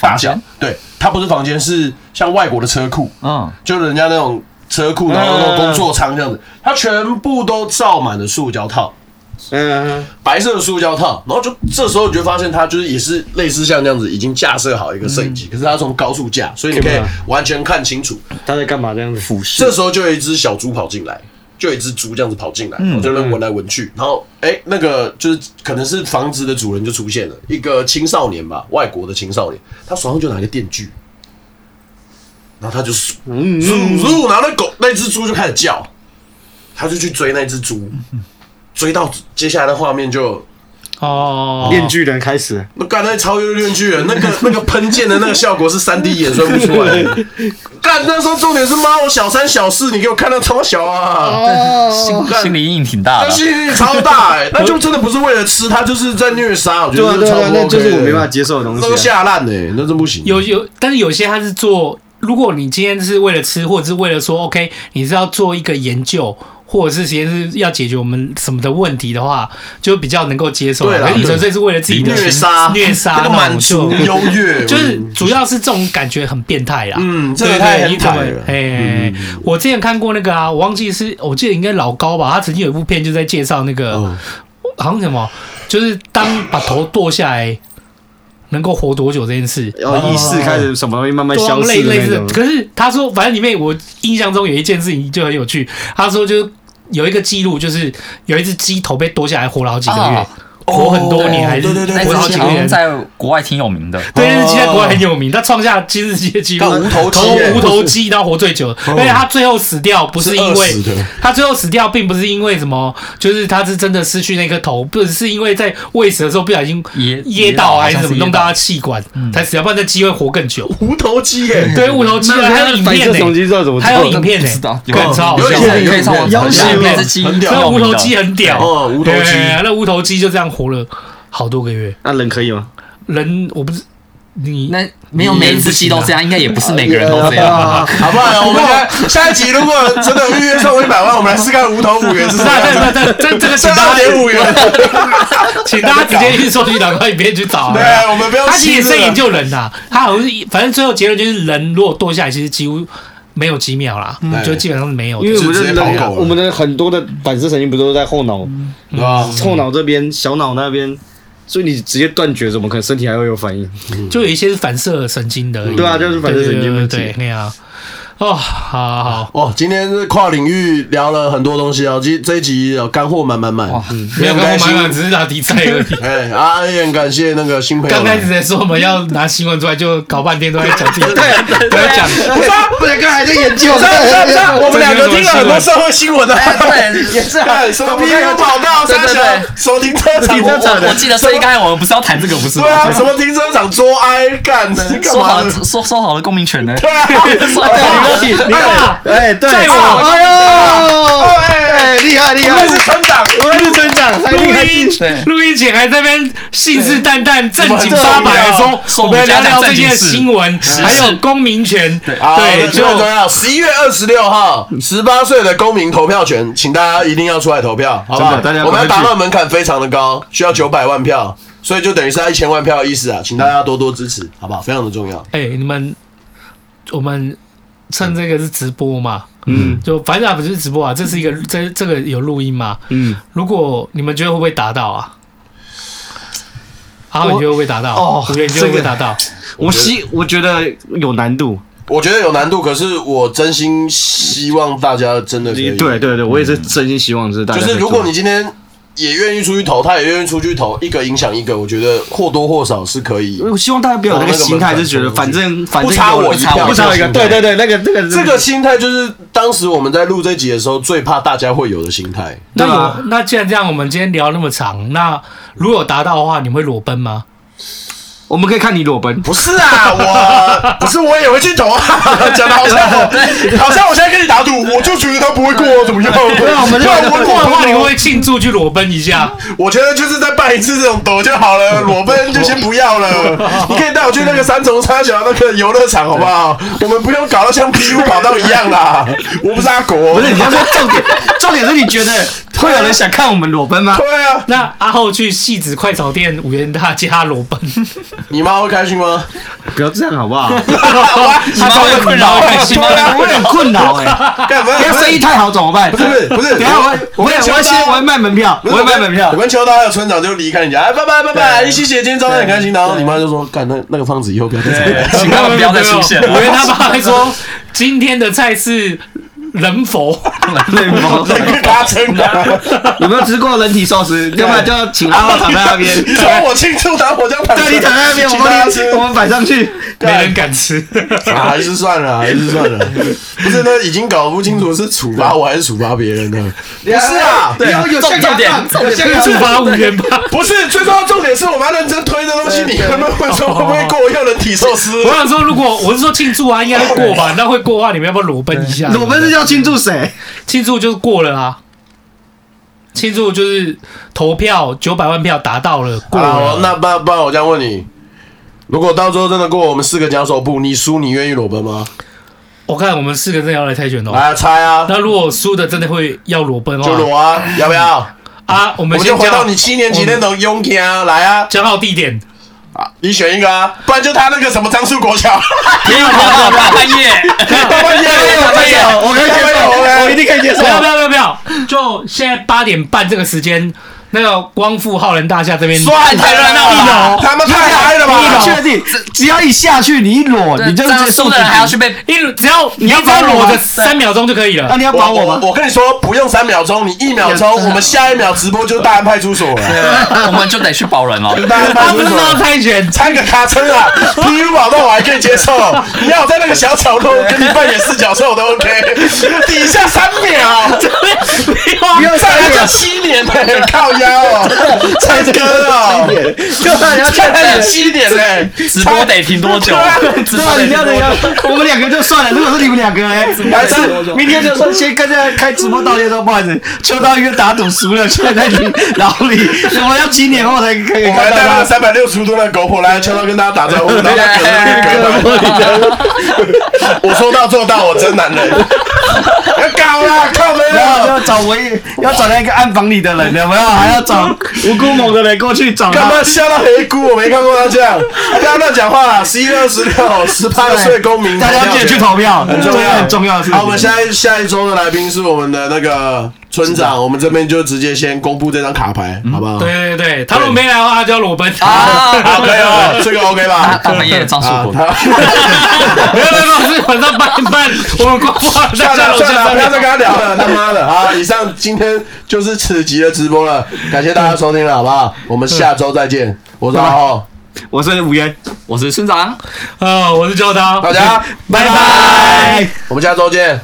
B: 大小。对，它不是房间，是像外国的车库，
G: 嗯，
B: 就人家那种车库，然后那种工作舱这样子，它全部都罩满了塑胶套。
D: 嗯，
B: 白色的塑胶套，然后就这时候你就发现它就是也是类似像这样子，已经架设好一个摄影机，可是它从高处架，所以你可以
D: 对吧
B: 完全看清楚。
D: 他在干嘛这样子？俯视
B: 这时候就有一只小猪跑进来，就有一只猪这样子跑进来，我就在那闻来闻去，然后哎、那个就是可能是房子的主人就出现了，一个青少年吧，外国的青少年，他手上就拿一个电锯，然后他就数数数，然后那狗那只猪就开始叫，他就去追那只猪，追到接下来的画面就。
C: 哦，
B: 啊
D: 面具人开始，
B: 那干那超越炼巨人，那个 那个喷溅的那个效果是三 D 演算不出来 的。干那时候重点是妈，我小三小四，你给我看到超小啊，
G: 心心理阴影挺大
B: 那
G: 的。
B: 吸引力超大 哎、那就真的不是为了吃，他就是在虐杀，我觉
D: 对啊
B: 得
D: 对
B: 超
D: 啊，
B: 不
D: 那
B: OK
D: 就是
B: 的
D: 我没办法，接受的东
B: 那都
D: 西啊。
B: 下烂哎，那真不行。
C: 有有，但是有些他是做，如果你今天是为了吃，或者是为了说，OK，你是要做一个研究，或者是其实是要解决我们什么的问题的话，就比较能够接受。啊
B: 对啦
C: 可是你纯粹是为了自己的
B: 虐杀
C: 虐杀，
B: 那个满足
C: 那种
B: 优越，
C: 就就是主要是这种感觉很变态啦。
B: 嗯这个
C: 对
B: 太
C: 对，
B: hentai
C: 你怎么
B: 了？嗯
C: 哎，我之前看过那个啊，我忘记是我记得应该老高吧，他曾经有一部片就在介绍那个。
B: 嗯
C: 好像什么，就是当把头剁下来，能够活多久这件事，
D: 然后意识哦开始什么东西慢慢
C: 对啊
D: 消
C: 类
D: 失的
C: 类似
D: 那
C: 的。
D: 种。
C: 可是他说，反正里面我印象中有一件事情就很有趣，他说就是有一个记录，就是有一只鸡头被剁下来，活了好几个月，
G: 哦
C: 活很多年，
B: 哦
C: 还是
B: 对对对
G: 那
C: 活了好
G: 只
C: 几
G: 鸡
C: 个
G: 好
C: 月
G: 像。在国外挺有名的，嗯
C: 对，那只鸡在国外很有名，他创下今日世界纪录，
B: 干无头鸡耶嗯
C: 无头鸡，然后活最久。而且他最后死掉不是因为
B: 是饿死的
C: 他最后死掉，并不是因为什么，就是他是真的失去那颗头，不是因为在喂食的时候不小心
G: 噎
C: 噎到还是怎么弄到他
G: 好像
C: 气管才死掉，不然这鸡会活更久。
B: 无头鸡欸耶，
C: 对，无头鸡啊，还有影
D: 反
C: 片
D: 射
C: 呢、
D: 神经知道怎么做
C: 还有影片呢、
G: 不知道
C: 干超好
B: 有
C: 笑
B: 点。像
G: 可以上网
B: 有
G: 查
B: 点
G: 一
B: 像
G: 下那只鸡
B: 很
G: 很
B: 屌
C: 那
G: 有
C: 无
G: 名的
C: 头鸡很屌，
B: 哦无头鸡
C: 对那无头鸡就这样活了好多个月。
D: 那啊人可以吗？
C: 人我不是你
G: 那没有每一只鸡都这样，应该也不是每个人都这样。
D: 啊，
B: 好不好？我们下下一集如果真的有预约送我一百万，我们来试看无头五元是什么
C: 那
B: 样
C: 那
B: 子。
C: 那那这这个请
B: 三
C: 大
B: 二
C: 家
B: 点五元，
C: 请大家直接去搜寻祷告影片去找啊。
B: 对啊，我们不要
C: 他其实
B: 气
C: 也是
B: 这
C: 在
B: 个
C: 研究人呐、他好像是反正最后结论就是人如果剁下来，其实几乎没有几秒啦，就基本上是没有的。
D: 因为我们
B: 直
D: 的
B: 接跑狗
D: 人
B: 了
D: 我们的很多的反射神经不都在后脑
B: 对吧？
G: 嗯
D: 后脑这边、小脑那边，所以你直接断绝，怎么可能身体还会有反应？
C: 就有一些是反射神经的而已，
D: 对啊就是反射神经
C: 对
D: 问题
C: 对对对，那样。哦，好好好，
B: 哦，今天是跨领域聊了很多东西啊，今这一集有干货满满满。
G: 嗯
C: 没有跟我买满，只是打题材而已。
B: 哎啊，也很感谢那个新朋友
C: 刚
B: 来。
C: 开始在说我们要拿新闻出来，就搞半天都在讲题材，都在讲
F: 不然刚才
D: 哎
F: 还在研究，
B: 我们两个听了很多社会新闻啊 的，
G: 对，也是啊，
B: 什么庇护跑道、
G: 对
B: 三
G: 对
B: 峡
G: 对、
B: 什么停车场、
G: 我我我记得，所以
B: 什
G: 刚
B: 么
G: 才我们不是要谈这个，不是吗
B: 对？啊，什么停车场捉哀干是干
G: 嗯说好
B: 嘛
G: 了
B: 的？
G: 说说好了公民权呢？
B: 对啊，
G: 说好了
F: 哎，对，
G: 在我
D: 哦
F: 哎
B: 哎，
F: 呦，厉害厉
B: 你
F: 害
B: 们，是村长，
F: 我们是村
D: 嗯
F: 长，太厉
C: 录
F: 害
C: 音
G: 对
C: 录音前还在那边信誓旦旦、正经八百地说，
G: 说
C: 我
G: 我
C: 们
G: 们
C: 聊
G: 家
C: 聊
G: 讲
C: 这
G: 正经
C: 件
G: 事
C: 新闻，还有公民权，对，
B: 就很重
C: 就
B: 要。十一月二十六号，十八岁的公民投票权，请大家一定要出来投票，好不好
D: 真的大家？要
B: 我们要
D: 赶快
B: 达
D: 去
B: 到门槛非常的高，需要九百万票，所以就等于是他一千万票的意思啊，请大家多多支持，好不好？非常的重要。
C: 哎，你们我们趁这个是直播嘛，嗯，就反正啊不是直播啊，这是一个这这个有录音嘛，嗯，如果你们觉得会不会达到啊？好，你觉得会不会达到？
D: 哦
C: 我觉得你觉得会不会达到？
D: 我希我觉得有难度，
B: 我觉得有难度，可是我真心希望大家真的可以。
D: 对对对，我也是真心希望嗯是大
B: 就
D: 家可以
B: 是
D: 做。
B: 如果你今天也愿意出去投，他也愿意出去投，一个影响一个，我觉得或多或少是可以。
D: 我希望大家不要有那个心态，就觉得反正反正
B: 不差我一票
D: 不差我一个，对对对，那个那个
B: 这个心态就是当时我们在录这集的时候，最怕大家会有的心态。
C: 那
D: 对
C: 有
D: 啊
C: 那既然这样，我们今天聊那么长，那如果有达到的话，你们会裸奔吗？
D: 我们可以看你裸奔，
B: 不是啊，我 不是我也会去投啊， 讲的好像我好像我现在跟你打赌，我就觉得他不会过，怎么样？对
F: 啊我 们就
B: 哦我
C: 过的话，你会
B: 我
C: 不会庆祝去裸奔一下？
B: 我觉得就是再办一次这种抖就好了，裸奔就先不要了。你可以带我去那个三重沙小那个游乐场好不好？我们不用搞到像 P U 跑道一样啦。我不是阿哦国，
D: 不是你要说重点，重点是你觉得会有人想看我们裸奔吗？
B: 对啊，
C: 那阿后去戏子快炒店五元大家裸奔，
B: 你妈会开心吗？
D: 不要这样好不 好？
G: 他稍微困扰，
D: 对啊，我很困扰哎，
B: 干嘛？
D: 等一下生意太好怎么办？
B: 不是不是不是，
D: 等一下我我也
B: 跟
D: 我
B: 秋
D: 要先
B: 刀
D: 我会卖门票，
B: 不
D: 我
B: 是
D: 会卖门票
B: 我。跟秋刀还有村长就离开你家，哎，拜拜拜拜，一起写今天招待很开心。然后你妈就说，干那那个胖子以后不要再这样。
G: 请他们不要再出现
C: 五元
G: 了。
C: 他爸还说今天的菜是人佛，
D: 对吗
B: 他真的，
D: 有没有吃过人体寿司？要不然就请阿浩躺在那 边，
B: 你说我庆祝，然后我就躺着
D: 对你躺在那边，我
B: 请大家吃
D: 们我们摆上去。
C: 没人敢吃。
B: 啊，还是算了，还是算 了。不是，那已经搞不清楚是处罚我还是处罚别人呢？ 不是啊，
F: 对，有
G: 重
F: 像
G: 重点
F: 样，
G: 重
F: 有像
G: 点
F: 样
C: 处罚五元吧。
B: 不是，最重要的重点是我们要认真推这东 西，你有没有会说会不会过要人体寿司
C: 我？想说，如果我是说庆祝啊，应该会过吧？那会过的话，你们要不要裸奔一下？
D: 裸奔是要庆祝谁？
C: 庆祝就是过了啊。庆祝就是投票九百万票达到了，过
B: 啊，
C: 了。
B: 我那不然不然我这样问你，如果到最后真的过我们四个讲手部，你输，你愿意裸奔吗？
C: 我看我们四个真的要来猜拳哦。
B: 来猜 啊，
C: 那如果输的真的会要裸奔
B: 就
C: 哦。
B: 裸啊，要不要？
C: 啊，我
B: 我
C: 们
B: 们
C: 先
B: 就回
C: 讲
B: 到你七年级那
D: 嗯
B: 种勇敢啊，来啊，
C: 讲好地点，
B: 你选一个啊，不然就他那个什么张树国桥，
G: 别有跑道，大半夜，
B: 大半夜
D: 我可以接受，我可以接受，我一定可以
B: 哦
D: 接受
C: 不。要不要不要不要，就现在八点半这个时间，那个光复浩然大厦这边
G: 太太热闹了吧。
B: 他 们太嗨了
D: 你
B: 吧？
D: 确定？只要一下去，你一裸，你就
G: 这
D: 直
G: 样
D: 接
G: 输的人还要去被
C: 一路只要你
D: 要
C: 只要
D: 把我
C: 裸
D: 吗
C: 着三秒钟就可以了
D: 那。你要
B: 我
D: 保我
B: 我
D: 吗？
B: 我跟你说，不用三秒钟，你一秒钟，我们下一秒直播就大安派出所了，
G: 呃我们就得去保人哦。
B: 大安派
C: 他不
B: 出
C: 是
B: 所
C: 说要
B: 了。
C: 猜拳，
B: 拆个卡车啊，PU 跑道我还可以接受，你要我在那个小角落跟你扮演四角兽我都 OK，底下三秒，
C: 不要
B: 再来就七年嘞，靠腰哦，唱歌哦。
D: 对，你要确
B: 看
D: 定。
B: 七点嘞，
G: 直播得停多久？直播
D: 对，
G: 得
D: 你要
G: 停
D: 等
G: 多久？
D: 要，我们两个就算了。如果是你们两个，哎，还是明天就说先跟大家开直播道歉说不好意思，秋刀鱼打赌输了，现在在你牢里，我们要几年后才可以
B: 我们
D: 看
B: 还带
D: 到
B: 了。三百六十度的狗婆来，悄悄跟大家打招呼，然后他可能会跟我说到做到，我真男人。要搞啦，靠没啊
D: 然
B: 有？
D: 后 要找唯要找那个暗访你的人，有没有？啊还要找无辜某的人过去找
B: 干
D: 他
B: 嘛。吓到黑姑？我没看过他这样，不要乱讲话啦！十一月二十六，十八岁公民，
D: 大家记得去投票，
B: 很重
D: 这
B: 要，
D: 是很重要的事情。
B: 好，我们下一下一周的来宾是我们的那个村长，我们这边就直接先公布这张卡牌，好不好？
C: 对对对，他如果没来的话，他就要裸奔。
G: 啊
B: 好，可以哦，这个 OK 吧？
G: 大半夜张树
B: 啊
G: 国，
B: 他
C: 没有没有，没有是晚上八点半我们挂挂了，
B: 算
C: 大家
B: 了
C: 楼
B: 算了，
C: 下
B: 不要再
C: 再
B: 跟他聊 了，他妈的！好，以上今天就是此集的直播了，感谢大家收听了，好不好？我们下周再见，我是阿浩，
D: 我是吴言，
G: 我是村长，
C: 啊，我是周刀，
B: 大家
C: 拜拜。
B: 我们下周见。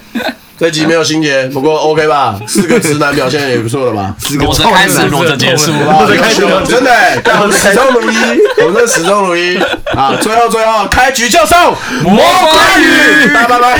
B: 这集没有心 结，不过 OK 吧？四个直男表现也不错了吧？
G: 我是开始，我是结束。
B: 哇，优秀，真的欸，但我们始终如一，我们真的始终如一啊！最后最后，开局就送魔关羽，拜拜拜。